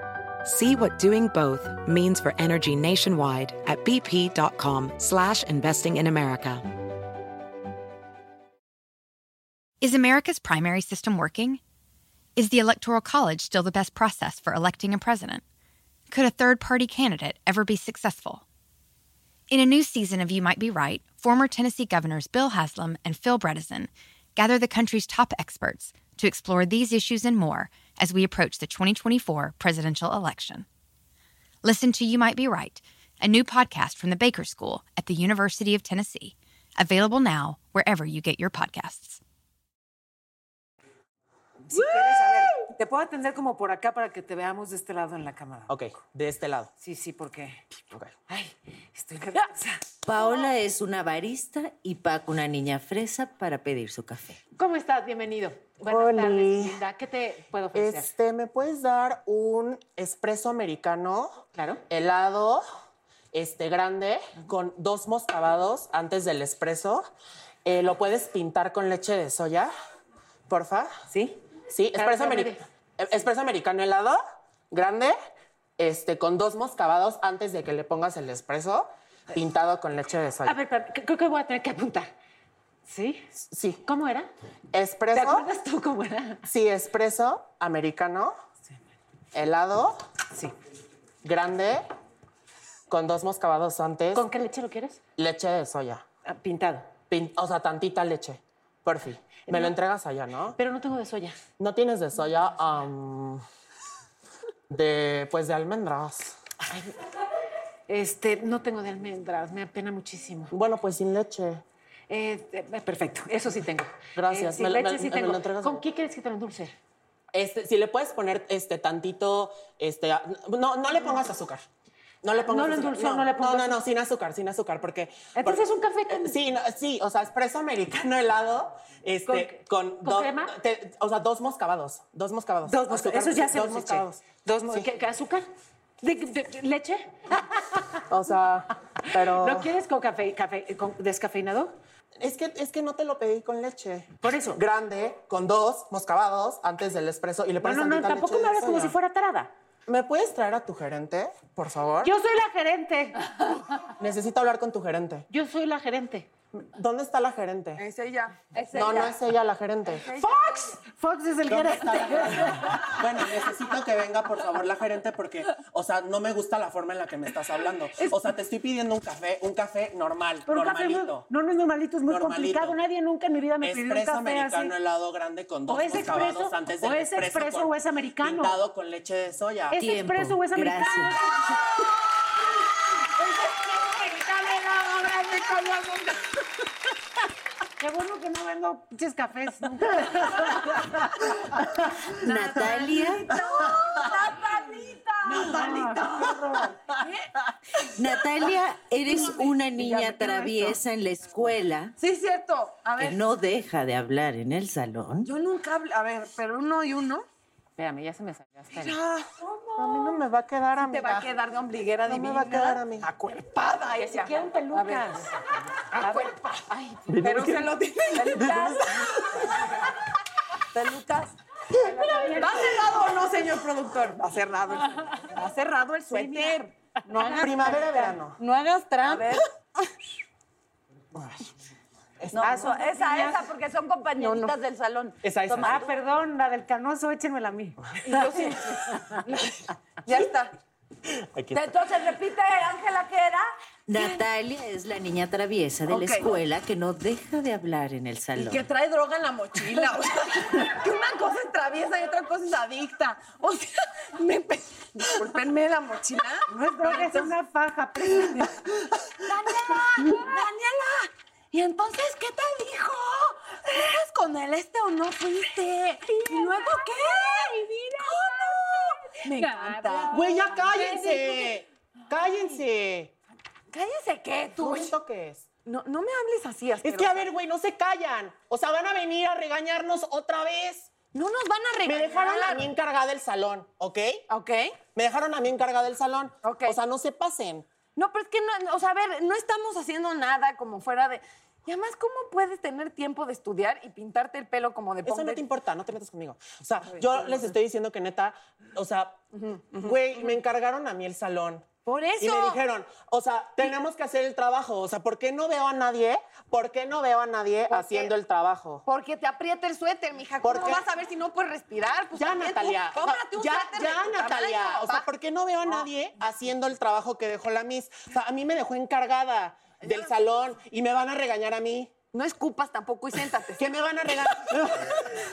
See what doing both means for energy nationwide at bp.com slash investing in America.
Is America's primary system working? Is the Electoral College still the best process for electing a president? Could a third party candidate ever be successful? In a new season of You Might Be Right, former Tennessee governors Bill Haslam and Phil Bredesen gather the country's top experts to explore these issues and more as we approach the 2024 presidential election. Listen to You Might Be Right, a new podcast from the Baker School at the University of Tennessee, available now wherever you get your podcasts.
Si quieres, a ver, te puedo atender como por acá para que te veamos de este lado en la cámara.
Ok, de este lado.
Sí, sí, porque.
Ok.
Ay, estoy nerviosa.
Paola es una barista y Paco una niña fresa para pedir su café.
¿Cómo estás? Bienvenido. Buenas
Oli.
tardes, linda. ¿Qué te puedo ofrecer?
Este, ¿me puedes dar un espresso americano?
Claro.
Helado, este grande, con dos moscavados antes del espresso. Eh, ¿Lo puedes pintar con leche de soya? Porfa.
¿Sí?
Sí,
Claro,
espresso,
claro,
ameri- eh, espresso americano helado, grande, este, con dos moscavados antes de que le pongas el espresso, pintado con leche de soya.
A ver, espérame, creo que voy a tener que apuntar. ¿Sí?
Sí.
¿Cómo era?
Espresso.
¿Te acuerdas tú cómo era?
Sí, espresso americano. Helado.
Sí.
Grande. Con dos moscavados antes.
¿Con qué leche lo quieres? Ah,
Leche de soya.
Pintado.
Pin- o sea, tantita leche. Porfi. Me
No.
lo entregas allá, ¿no?
Pero no tengo de soya.
No tienes de soya. am, de. Pues de almendras.
Este, no tengo de almendras, me apena muchísimo.
Bueno, pues sin leche.
Eh, eh, perfecto, eso sí tengo.
Gracias,
Eh, sin
me lo-
leche
me-
sí
me lo
tengo.
entregas
¿Con
ahí.
qué quieres que te lo endulce?
Este, si le puedes poner este tantito. Este. a- No, no le pongas azúcar. No le pongas
No lo
azúcar.
endulzó, no le pongas
No, no, no, sin azúcar, sin azúcar, porque.
Entonces es un café con...
Eh, Sí, no, sí, o sea, espresso americano helado, este, con,
con
dos-
crema?
te- o sea, dos moscavados, dos moscavados.
Dos mosca-
Azúcar,
Eso ya se
dos
los eché.
moscavados.
Dos mo-
Sí.
¿Qué, qué azúcar? ¿De- de- de- ¿Leche?
O sea, pero
¿Lo quieres con café, café con descafeinado?
es que es que no te lo pedí con leche.
Por eso.
Grande, con dos moscavados antes del espresso y le
No,
pones
no, no,
tantita
tampoco
leche
me
de
hables como
soya.
si fuera tarada.
¿Me puedes traer a tu gerente, por favor?
Yo soy la gerente.
Necesito hablar con tu gerente.
Yo soy la gerente.
¿Dónde está la gerente?
Es ella. Es
no,
ella.
no es ella la gerente.
¡Fox! Fox es el
¿Dónde
gerente.
está la gerente? Bueno, necesito que venga, por favor, la gerente, porque, o sea, no me gusta la forma en la que me estás hablando. O sea, te estoy pidiendo un café, un café normal,
Pero un café muy-
normalito.
no, no es normalito, es muy
Normalito.
complicado. Nadie nunca en mi vida me pidió un
Espresso
café así.
americano helado grande con dos
O es
moscavados
expreso,
antes
o
del
es expreso
con-
o es americano.
Pintado con leche de soya.
¿Es expreso o es americano? Qué bueno que no vendo pinches cafés nunca.
Natalia,
Ah,
Natalia, eres una niña traviesa en la escuela
Sí, es cierto. A
que
ver.
no deja de hablar en el salón.
Yo nunca hablo. A ver, pero uno y uno.
Espérame, ya se me salió hasta el-
Ah, A mí no me va a quedar,
Te
amiga.
va a quedar de ombliguera
no
divina.
me va a quedar, amiga.
Acuerpada ella.
Quedan
A ver.
pelucas. A ver,
Ay, pero se lo tiene. Pelucas. Pelucas. ¿Va cerrado o no, señor productor? Va cerrado. el- Va cerrado el suéter. No hagas
Primavera, verano.
No hagas
A
trampa.
ver,
No, no, esa, esa, porque son compañeritas del salón.
Esa, esa.
Ah, perdón, la del canoso, échenmela a mí.
Y yo sí. ya está.
Aquí está.
Entonces repite, Ángela, ¿qué era?
Natalia es la niña traviesa de
Ok.
la escuela que no deja de hablar en el
Y
salón.
que trae droga en la mochila. O sea, que una cosa es traviesa y otra cosa es adicta. O sea,
Me pe- Discúlpenme la mochila. No es droga, es una faja. préstame.
¡Daniela! ¡Daniela! ¿Y entonces qué te dijo? ¿Fuiste con él este o no fuiste? ¿Y luego qué? ¿Cómo? Me encanta.
Güey, ya cállense. Cállense.
¿Cállense qué, tú?
No me toques.
No, no me hables así,
Es que, a ver, güey, no se callan. O sea, van a venir a regañarnos otra vez.
No nos van a regañar.
Me dejaron a mí encargada el salón, ¿ok?
Ok.
Me dejaron a mí encargada el salón. Ok. O sea, no se pasen.
No, pero es que no, o sea, a ver, no estamos haciendo nada como fuera de. Y además, ¿cómo puedes tener tiempo de estudiar y pintarte el pelo como de
Eso no te importa, no te metas conmigo. O sea, yo les estoy diciendo que neta, o sea, güey, me encargaron a mí el salón.
Por
Y
eso.
me dijeron, o sea, tenemos que hacer el trabajo. O sea, ¿por qué no veo a nadie? ¿Por qué no veo a nadie
Porque-
haciendo el trabajo?
Porque te aprieta el suéter, mija.
¿Por
¿Cómo
qué?
vas a ver si no puedes respirar? Pues
Ya,
también tú,
Natalia. o sea,
Cómprate un
ya,
suéter
ya,
de tu
Natalia.
tamaño,
o sea,
va. Ah.
¿por qué no veo a nadie haciendo el trabajo que dejó la Miss? O sea, a mí me dejó encargada del salón y me van a regañar a mí.
No escupas tampoco y siéntate.
¿Qué me van a regañar?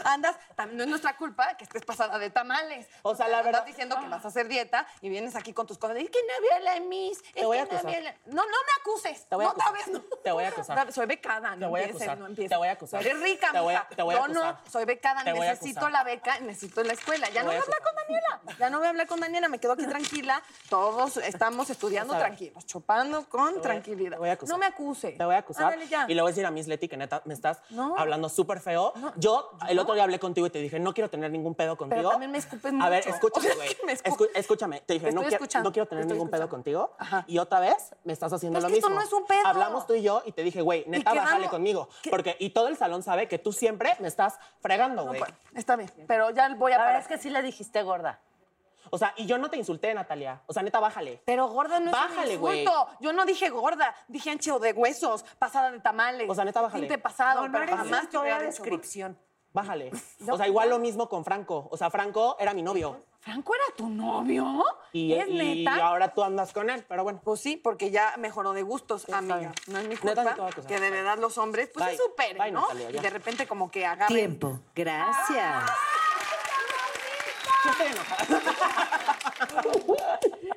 Andas, tam- no es nuestra culpa que estés pasada de tamales. O sea, la verdad. Estás diciendo
Ah.
que vas a hacer dieta y vienes aquí con tus cosas. Es que no había la Miss. es
voy
que
a
no
acusar.
había la- No, no me acuses.
Te voy a
no,
acusar.
todavía no.
Te voy a acusar.
Todavía- Soy becada.
Te
No
voy a
empieces,
acusar.
no empieces.
Te voy a acusar.
Eres rica,
Te voy a-
mija.
te voy a
Yo no,
acusar.
soy becada.
Te voy a
necesito
acusar.
la beca y necesito la escuela. Ya
Te
no
voy
voy
a
a hablar con Daniela. Ya no voy a hablar con Daniela. Me quedo aquí tranquila. Todos estamos estudiando
Acusar.
tranquilos, chupando con
voy a-
tranquilidad.
te voy a acusar.
No me acuses.
Te voy a acusar.
Ándale, ya.
Y le voy a decir a Miss Leti que neta me estás
No.
hablando súper feo. yo el otro día hablé contigo y te dije, no quiero tener ningún pedo contigo.
también me escupes
A ver,
mucho.
escúchame,
O sea,
güey.
que me
Escu- escúchame. Te dije,
Te
no
estoy
quiero,
escuchando,
no quiero tener
te estoy
ningún pedo contigo. Y otra vez me estás haciendo lo
Pero es que esto
mismo.
no es un pedo.
Hablamos tú y yo y te dije, güey, neta,
quedamos-
bájale conmigo. Porque, y todo el salón sabe que tú siempre me estás fregando, güey.
Está bien, pero ya voy a
La
parar.
verdad es que sí le dijiste gorda.
o sea, y yo no te insulté, Natalia. O sea, neta, bájale.
Pero gorda no
Bájale,
es un
güey.
insulto. Yo no dije gorda, dije ancho de huesos, pasada de tamales.
O sea, neta, bájale.
Tinte pasado,
No, no
pero
era
jamás
insulto,
te hubiera
era
dicho
descripción.
gorda.
Bájale. O sea, igual lo mismo con Franco. O sea, Franco era mi novio.
¿Franco era tu novio?
Y,
¿Es
y
neta?
ahora tú andas con él, pero bueno.
Pues sí, porque ya mejoró de gustos, amiga.
bien.
No es mi
Neta, sí
culpa
te voy a acusar.
que de verdad los hombres pues
Bye.
se superen,
Bye,
¿no?
Natalia, ya.
y de repente como que agarren. Ah.
Tiempo. Gracias.
Yo estoy enojada.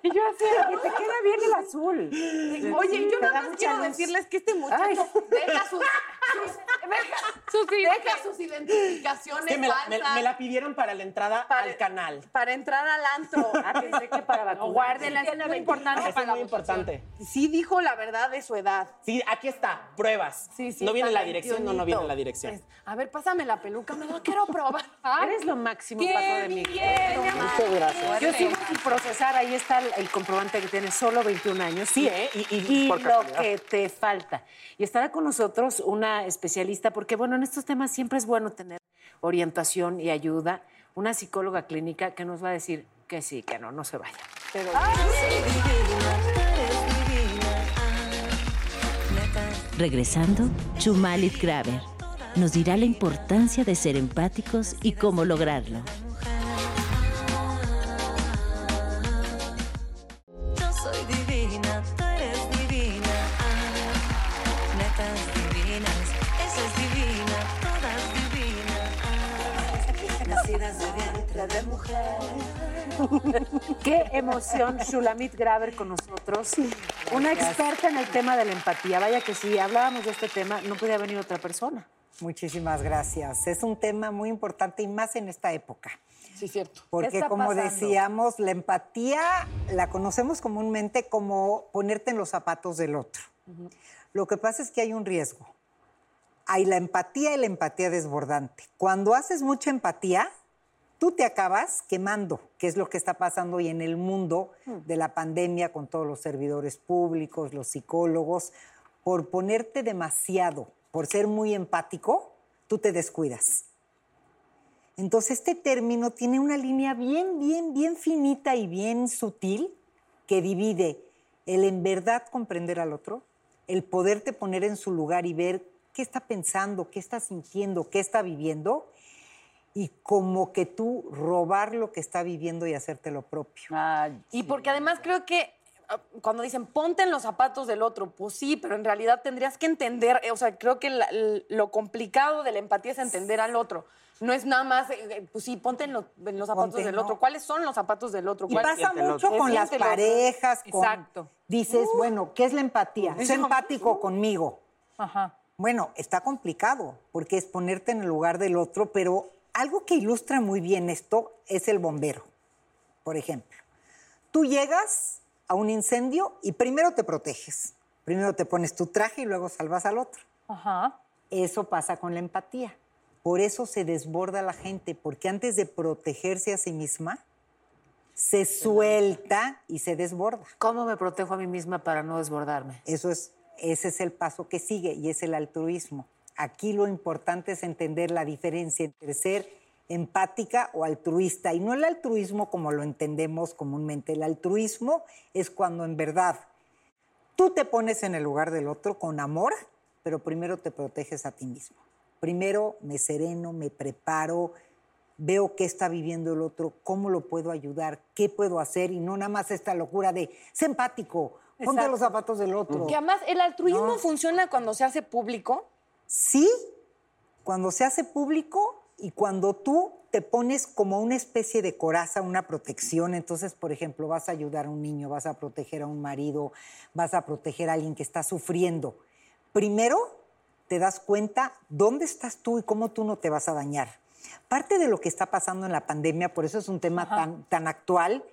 Y yo así, que te queda bien el azul.
Oye,
Te
yo
da
nada más
mucha
quiero
luz.
decirles que este muchacho
Ay.
deja sus, sus- deja- deja sus identificaciones
Que me la, me-
falsas.
me la pidieron para la entrada al canal.
para entrar al antro. Ah, pensé que para
No, guárdenla, es muy importante
Eso
para
es
la
muy importante.
Sí dijo la verdad de su edad.
Sí, aquí está, pruebas. no viene la dirección, no, no viene la dirección.
A ver, pásame la peluca, me la quiero probar.
Eres lo máximo,
¡Qué
Paco de mí.
bien, ya
Muchas gracias.
Yo sigo sin procesar, ahí está el, el comprobante que tienes solo 21 años.
Sí, ¿eh? Y- y- por
lo
casualidad.
que te falta. Y estará con nosotros una especialista, porque bueno, en estos temas siempre es bueno tener orientación y ayuda. Una psicóloga clínica que nos va a decir que sí, que no, no se vaya.
Pero
Regresando, Chumalit Graver nos dirá la importancia de ser empáticos y cómo lograrlo.
Yo soy divina, tú eres divina. Ah, netas divinas, esa es divina, todas divinas. Ah, nacidas de vientre de mujer.
Qué emoción, Shulamit Graver con nosotros. Una experta en el tema de la empatía. Vaya que si hablábamos de este tema, no podía venir otra persona.
Muchísimas gracias. Es un tema muy importante y más en esta época.
Sí, cierto.
Porque
Está
como
pasando.
decíamos, la empatía la conocemos comúnmente como ponerte en los zapatos del otro. Lo que pasa es que hay un riesgo. Hay la empatía y la empatía desbordante. Cuando haces mucha empatía, tú te acabas quemando, que es lo que está pasando hoy en el mundo de la pandemia con todos los servidores públicos, los psicólogos, por ponerte demasiado, por ser muy empático, tú te descuidas. Entonces este término tiene una línea bien, bien, bien finita y bien sutil que divide el en verdad comprender al otro, el poderte poner en su lugar y ver qué está pensando, qué está sintiendo, qué está viviendo, y como que tú robar lo que está viviendo y hacerte lo propio.
Y porque además creo que ah, cuando dicen ponte en los zapatos del otro, pues sí, pero en realidad tendrías que entender, eh, o sea, creo que la- l- lo complicado de la empatía es entender al otro. No es nada más, eh, eh, pues sí, ponte en, lo- en los zapatos
Ponte,
del
¿no?
otro. ¿Cuáles son los zapatos del otro?
Y
¿Cuál-
pasa
siéntelo?
mucho con las
Siéntelo.
parejas. con-
Exacto.
Dices,
Uh.
bueno, ¿qué es la empatía?
Eso-
Sé empático conmigo.
Ajá.
Bueno, está complicado porque es ponerte en el lugar del otro, pero algo que ilustra muy bien esto es el bombero, por ejemplo. Tú llegas a un incendio y primero te proteges. Primero te pones tu traje y luego salvas al otro.
Ajá.
Eso pasa con la empatía. Por eso se desborda la gente, porque antes de protegerse a sí misma, se suelta y se desborda.
¿Cómo me protejo a mí misma para no desbordarme?
Eso es, ese es el paso que sigue y es el altruismo. Aquí lo importante es entender la diferencia entre ser empática o altruista. Y no el altruismo como lo entendemos comúnmente. El altruismo es cuando en verdad tú te pones en el lugar del otro con amor, pero primero te proteges a ti mismo. Primero me sereno, me preparo, veo qué está viviendo el otro, cómo lo puedo ayudar, qué puedo hacer y no nada más esta locura de sé empático, ponte
Exacto.
los zapatos del otro.
Que además el altruismo
No.
funciona cuando se hace público.
Sí, cuando se hace público y cuando tú te pones como una especie de coraza, una protección, entonces, por ejemplo, vas a ayudar a un niño, vas a proteger a un marido, vas a proteger a alguien que está sufriendo. Primero te das cuenta dónde estás tú y cómo tú no te vas a dañar. Parte de lo que está pasando en la pandemia, por eso es un tema tan, tan actual,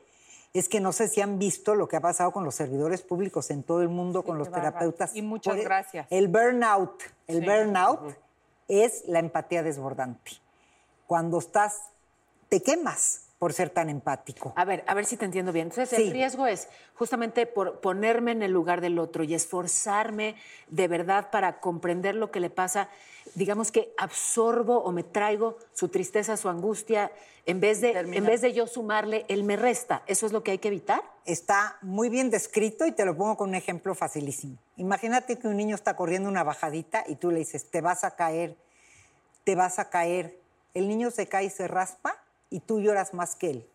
es que no sé si han visto lo que ha pasado con los servidores públicos en todo el mundo, con los
qué bárbaro.
terapeutas.
Y muchas
Por- e-,
gracias.
El burnout, el
Sí.
burnout es la empatía desbordante. Cuando estás, te quemas por ser tan empático.
A ver, a ver si te entiendo bien. Entonces,
Sí.
el riesgo es justamente por ponerme en el lugar del otro y esforzarme de verdad para comprender lo que le pasa. Digamos que absorbo o me traigo su tristeza, su angustia, en vez de, en vez de yo sumarle, él me resta. ¿Eso es lo que hay que evitar?
Está muy bien descrito y te lo pongo con un ejemplo facilísimo. Imagínate que un niño está corriendo una bajadita y tú le dices, te vas a caer, te vas a caer. El niño se cae y se raspa y tú lloras más que él.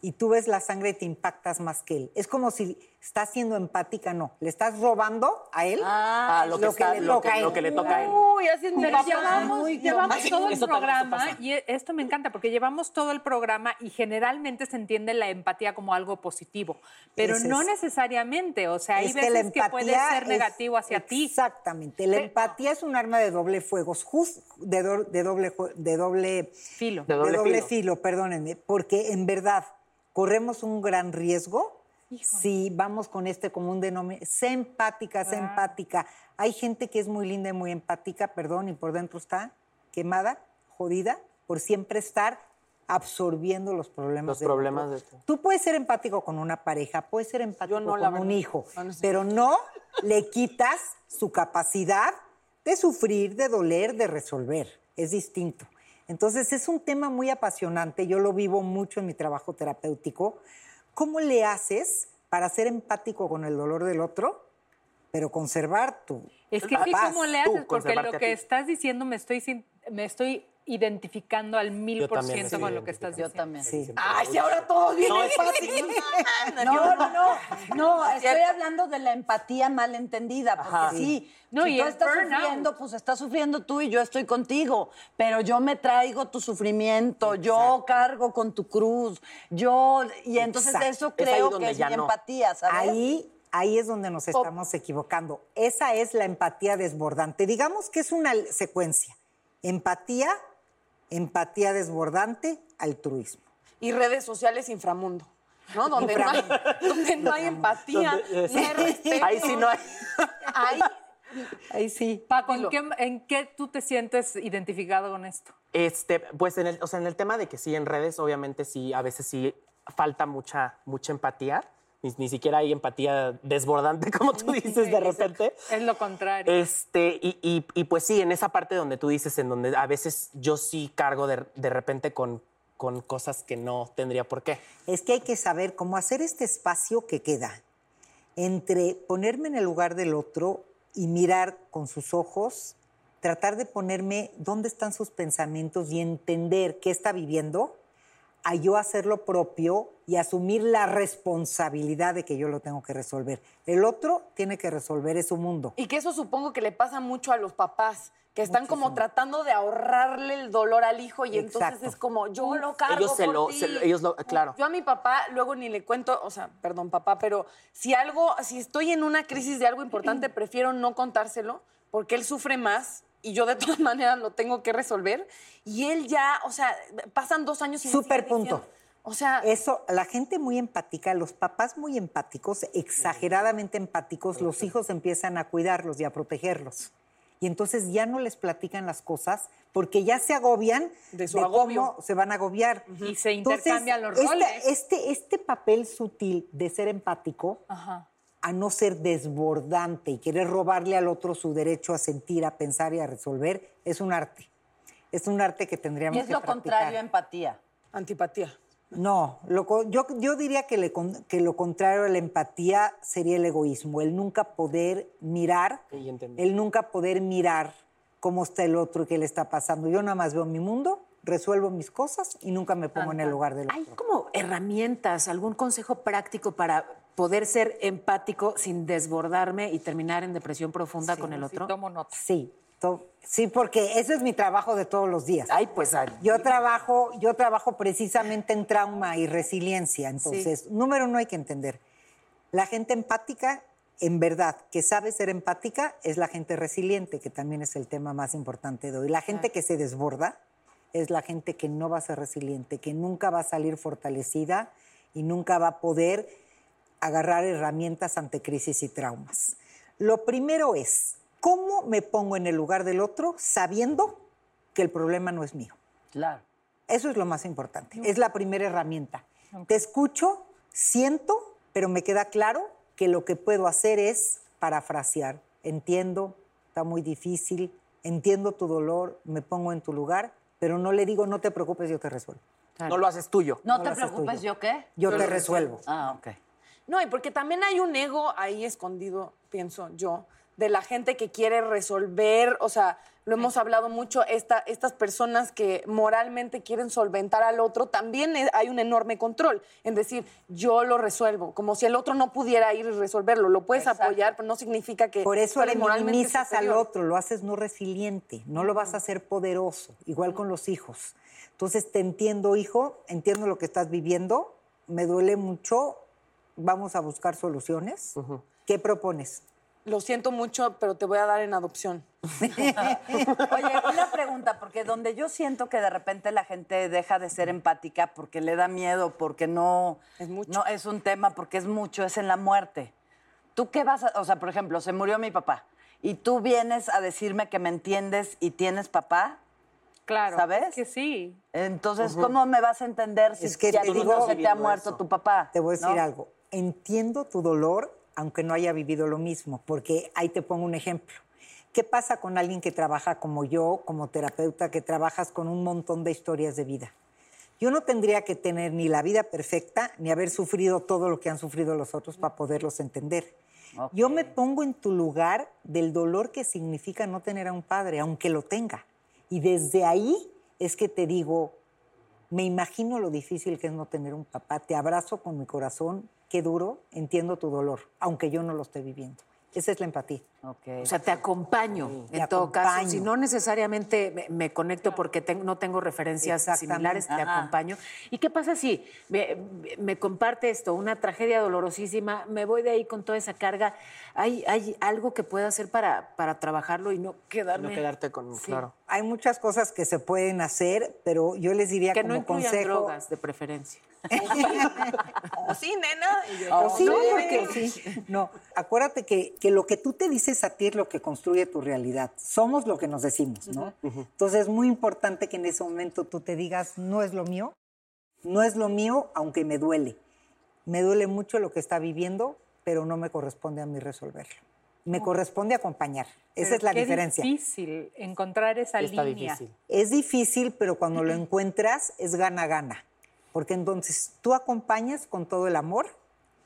Y tú ves la sangre y te impactas más que él. Es como si estás siendo empática, no. Le estás robando a él
Ah, lo que está- lo que- lo que le toca a él.
Uy, así es,
Un
mira,
papá
llevamos,
muy
llevamos
guionado.
todo el
Eso también se
programa
pasa.
y e- esto me encanta porque llevamos todo el programa y generalmente se entiende la empatía como algo positivo, pero
Ese
no
es.
necesariamente, o sea, hay
Es
veces que, puede
empatía
ser
es-
negativo hacia ti.
Exactamente. La
Pe-
empatía es un arma de doble fuego, jus- de, do- de doble jue- de doble filo. De
doble
doble,
filo.
filo. perdónenme, porque en verdad corremos un gran riesgo si vamos con este común denominador. Sé empática, sé empática. Hay gente que es muy linda y muy empática, perdón, y por dentro está quemada, jodida, por siempre estar absorbiendo los problemas.
Los
del otro.
problemas de este.
Tú puedes ser empático con una pareja, puedes ser empático
no, la
con un
verdad.
hijo,
Ah, no sé.
pero no le quitas su capacidad de sufrir, de doler, de resolver. Es distinto. Entonces es un tema muy apasionante. Yo lo vivo mucho en mi trabajo terapéutico. ¿Cómo le haces para ser empático con el dolor del otro, pero conservar tu
Es que
la
sí,
paz,
¿cómo le
tú,
haces? Porque
conservarte
lo
a
que
ti?
estás diciendo me estoy, sin- me estoy identificando al mil
Yo
por
también me
ciento
estoy
con lo que estás diciendo. Yo también.
Ay, si ahora todos vienen
No, es fácil.
No, no, no. No,
Es
estoy
cierto.
hablando de la empatía mal entendida, porque
Ajá.
sí.
No,
si
y
tú
el
estás
burnout.
sufriendo, pues estás sufriendo tú y yo estoy contigo. Pero yo me traigo tu sufrimiento, yo cargo con tu cruz, yo. Y entonces
Exacto.
eso
Es ahí
creo
donde
que es mi
ya no.
empatía, ¿sabes?
Ahí, ahí es donde nos estamos equivocando. Esa es la empatía desbordante. Digamos que es una l- secuencia. Empatía, empatía desbordante, altruismo.
Y redes sociales inframundo, ¿no? Donde no hay, donde no hay empatía,
Donde-
no hay respeto.
Ahí sí no hay.
Ahí
Ahí sí.
Paco, ¿en qué, en qué tú te sientes identificado con esto?
Este, pues en el, o sea, en el tema de que sí, en redes, obviamente sí, a veces sí falta mucha, mucha empatía. Ni, ni siquiera hay empatía desbordante, como tú dices de repente.
Es lo contrario.
Este, y, y- y, pues sí, en esa parte donde tú dices, en donde a veces yo sí cargo de, de repente con, con cosas que no tendría por qué.
Es que hay que saber cómo hacer este espacio que queda entre ponerme en el lugar del otro y mirar con sus ojos, tratar de ponerme dónde están sus pensamientos y entender qué está viviendo, a yo hacer lo propio y asumir la responsabilidad de que yo lo tengo que resolver. El otro tiene que resolver, es su mundo.
Y que eso supongo que le pasa mucho a los papás, que están como tratando de ahorrarle el dolor al hijo y entonces
Exacto.
es como, yo lo cargo
Ellos se
por
lo-
ti.
se lo- ellos lo- claro.
Yo a mi papá luego ni le cuento, o sea, perdón papá, pero si algo, si estoy en una crisis de algo importante, prefiero no contárselo porque él sufre más y yo de todas maneras lo tengo que resolver. Y él ya, o sea, pasan dos años y me
Súper
sigue
punto.
diciendo, O sea,
eso, la gente muy empática, los papás muy empáticos, exageradamente empáticos, los hijos empiezan a cuidarlos y a protegerlos. Y entonces ya no les platican las cosas porque ya se agobian de,
su agobio.
cómo se van a agobiar.
Y se
Entonces,
intercambian los
esta-
roles.
este, este papel sutil de ser empático
Ajá.
a no ser desbordante y querer robarle al otro su derecho a sentir, a pensar y a resolver, es un arte. Es un arte que tendríamos
Y es
que
lo
practicar.
contrario a empatía.
Antipatía.
No, lo co- yo, yo diría que, le con- que lo contrario a la empatía sería el egoísmo, el nunca poder mirar, el nunca poder mirar cómo está el otro y qué le está pasando. Yo nada más veo mi mundo, resuelvo mis cosas y nunca me pongo en el lugar del otro.
¿Hay como herramientas, algún consejo práctico para poder ser empático sin desbordarme y terminar en depresión profunda con el otro?
Sí, to- sí, porque ese es mi trabajo de todos los días.
Ay, pues. ay.
Yo trabajo, yo trabajo precisamente en trauma y resiliencia. Entonces, número uno hay que entender. La gente empática, en verdad, que sabe ser empática, es la gente resiliente, que también es el tema más importante de hoy. La gente que se desborda es la gente que no va a ser resiliente, que nunca va a salir fortalecida y nunca va a poder agarrar herramientas ante crisis y traumas. Lo primero es, ¿cómo me pongo en el lugar del otro sabiendo que el problema no es mío?
Claro.
Eso es lo más importante. Es la primera herramienta. Te escucho, siento, pero me queda claro que lo que puedo hacer es parafrasear. Entiendo, está muy difícil, entiendo tu dolor, me pongo en tu lugar, pero no le digo, no te preocupes, yo te resuelvo.
No lo haces tuyo.
No,
No
te
lo haces
preocupes,
tuyo.
¿yo qué?
Yo te resuelvo.
Ah, ok.
No, y porque también hay un ego ahí escondido, pienso yo, de la gente que quiere resolver, o sea, lo hemos hablado mucho, esta, estas personas que moralmente quieren solventar al otro, también es- hay un enorme control en decir, yo lo resuelvo, como si el otro no pudiera ir y resolverlo, lo puedes apoyar, pero no significa que...
Por eso
tú
le
eres moralmente
minimizas al
superior.
otro, lo haces no resiliente, no lo vas a hacer poderoso, igual con los hijos. Entonces te entiendo, hijo, entiendo lo que estás viviendo, me duele mucho, vamos a buscar soluciones. ¿Qué propones?
Lo siento mucho, pero te voy a dar en adopción.
Oye, una pregunta, porque donde yo siento que de repente la gente deja de ser empática porque le da miedo, porque no es, no, es un tema, porque es mucho, es en la muerte. ¿Tú qué vas a...? O sea, por ejemplo, se murió mi papá y tú vienes a decirme que me entiendes y tienes papá.
Claro.
¿Sabes?
es que sí.
Entonces,
Ujú.
¿cómo me vas a entender si
Es que
ya
te
a ti
digo-
no se te ha muerto
eso.
tu papá?
Te voy a decir
¿no?
algo. Entiendo tu dolor, aunque no haya vivido lo mismo, porque ahí te pongo un ejemplo. ¿Qué pasa con alguien que trabaja como yo, como terapeuta, que trabajas con un montón de historias de vida? Yo no tendría que tener ni la vida perfecta, ni haber sufrido todo lo que han sufrido los otros para poderlos entender. Yo me pongo en tu lugar del dolor que significa no tener a un padre, aunque lo tenga. Y desde ahí es que te digo, me imagino lo difícil que es no tener un papá. Te abrazo con mi corazón. Qué duro. Entiendo tu dolor, aunque yo no lo esté viviendo. Esa es la empatía.
O sea, te acompaño en
Te
todo caso.
acompaño.
Si no necesariamente me, me conecto porque ten- no tengo referencias
Exactamente.
similares, te
Ajá.
acompaño. ¿Y qué pasa si me, me comparte esto, una tragedia dolorosísima, me voy de ahí con toda esa carga? ¿Hay, hay algo que pueda hacer para, para trabajarlo y no quedarme?
con...
Sí. claro.
Hay muchas cosas que se pueden hacer, pero yo les diría
Que no
como
incluyan
consejo.
drogas, de preferencia.
Oh,
O sí, nena. Y yo,
Pero
"No,
Oh, sí,
no,
porque- sí. No, acuérdate que, que lo que tú te dices a ti es lo que construye tu realidad. Somos lo que nos decimos, ¿no? Entonces es muy importante que en ese momento tú te digas, no es lo mío, no es lo mío, aunque me duele. Me duele mucho lo que está viviendo, pero no me corresponde a mí resolverlo. Me corresponde acompañar. Esa
Pero
es la
qué
diferencia.
difícil encontrar esa línea.
Es difícil, pero cuando lo encuentras es gana-gana. Porque entonces tú acompañas con todo el amor,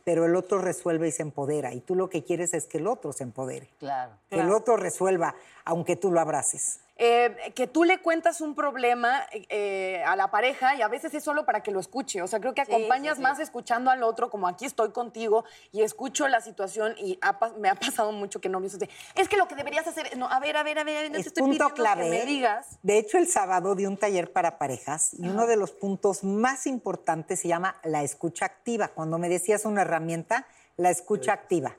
pero el otro resuelve y se empodera. Y tú lo que quieres es que el otro se empodere.
Claro.
Que el otro resuelva, aunque tú lo abraces.
eh, que tú le cuentas un problema eh, a la pareja y a veces es solo para que lo escuche. O sea, creo que
Sí,
acompañas
sí, sí.
más escuchando al otro, como aquí estoy contigo y escucho la situación y ha pas- me ha pasado mucho que no me dicen, es que lo que deberías hacer, es- no, a ver, a ver, a ver, a ver, no te
Es
estoy
punto
pidiendo
clave.
que me
¿eh?
digas.
De hecho, el sábado di un taller para parejas y uno de los puntos más importantes se llama la escucha activa. Cuando me decías una herramienta, la escucha activa.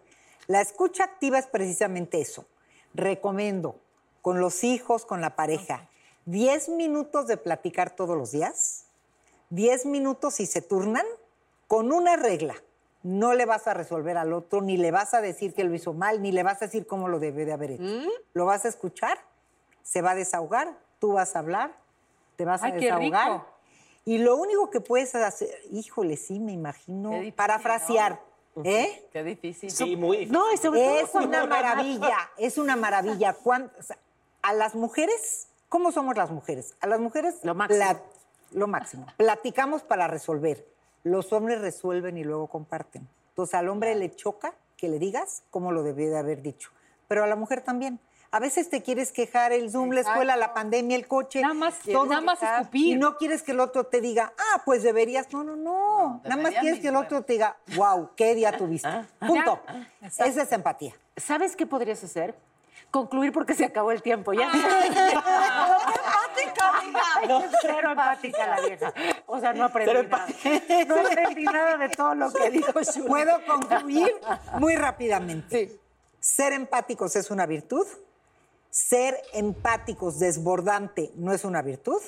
La escucha activa es precisamente eso. Recomiendo con los hijos, con la pareja, 10 minutos de platicar todos los días, 10 minutos si se turnan, con una regla. No le vas a resolver al otro, ni le vas a decir que lo hizo mal, ni le vas a decir cómo lo debe de haber hecho.
Mm.
Lo vas a escuchar, se va a desahogar, tú vas a hablar, te vas a
Ay, qué
desahogar.
rico.
Y lo único que puedes hacer, híjole, sí, me imagino,
Qué difícil, Pues
parafrasear, ¿eh?
Qué difícil.
Sí, muy difícil.
No, y sobre todo es
cuando-
una maravilla, es una maravilla. Cuán- o sea, a las mujeres, ¿cómo somos las mujeres? A las mujeres lo máximo. lo máximo. Platicamos para resolver. Los hombres resuelven y luego comparten. Entonces al hombre le choca que le digas cómo lo debía de haber dicho. Pero a la mujer también. A veces te quieres quejar el Zoom, la escuela, la pandemia, el coche. Nada más,
nada más
escupir. Y no quieres que el otro te diga, ah, pues deberías. No, no, no. nada más
deberías
quieres
mis
que el otro te diga, wow, qué día tuviste. Punto. Esa es empatía.
¿Sabes qué podrías hacer? Concluir porque se acabó el tiempo. Ya. No, cero empática la vieja. O sea, no aprendí
Cero
nada. No aprendí nada de todo lo que dijo Shuri.
Puedo concluir muy rápidamente. Ser empáticos es una virtud. Ser empáticos desbordante no es una virtud.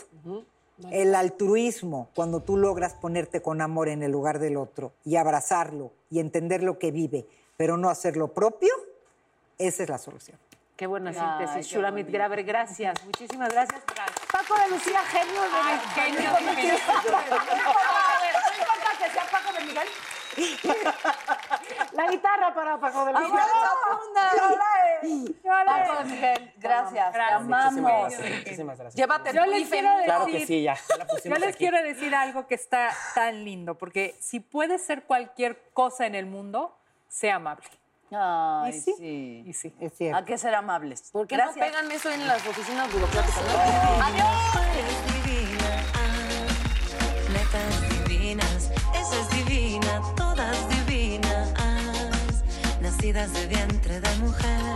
El altruismo, cuando tú logras ponerte con amor en el lugar del otro y abrazarlo y entender lo que vive, pero no hacer lo propio, esa es la solución.
Qué buena
Ay,
síntesis,
qué
Shulamit
bonito.
Graver. Gracias, muchísimas gracias. Paco de Lucía, genio de
genio
de-
de Miguel.
A ver, no importa que sea Paco de Miguel. La guitarra para Paco
Ah,
de Miguel.
Paco de Miguel, gracias. Te amamos.
Muchísimas gracias. Muchísimas gracias.
Llévate
Yo
tu
les
bife,
quiero decir,
Claro que sí, ya. ya la
Yo
pusimos
les
aquí.
quiero decir algo que está tan lindo, porque si puedes ser cualquier cosa en el mundo, sea amable.
Ay,
Y sí.
sí.
Y sí.
Es
Hay que ser amables.
¿Por qué no pegan eso en las oficinas burocráticas?
Eres divina, ah, metas divinas, esa es divina, todas divinas, Ah, nacidas de vientre de mujer. Ah.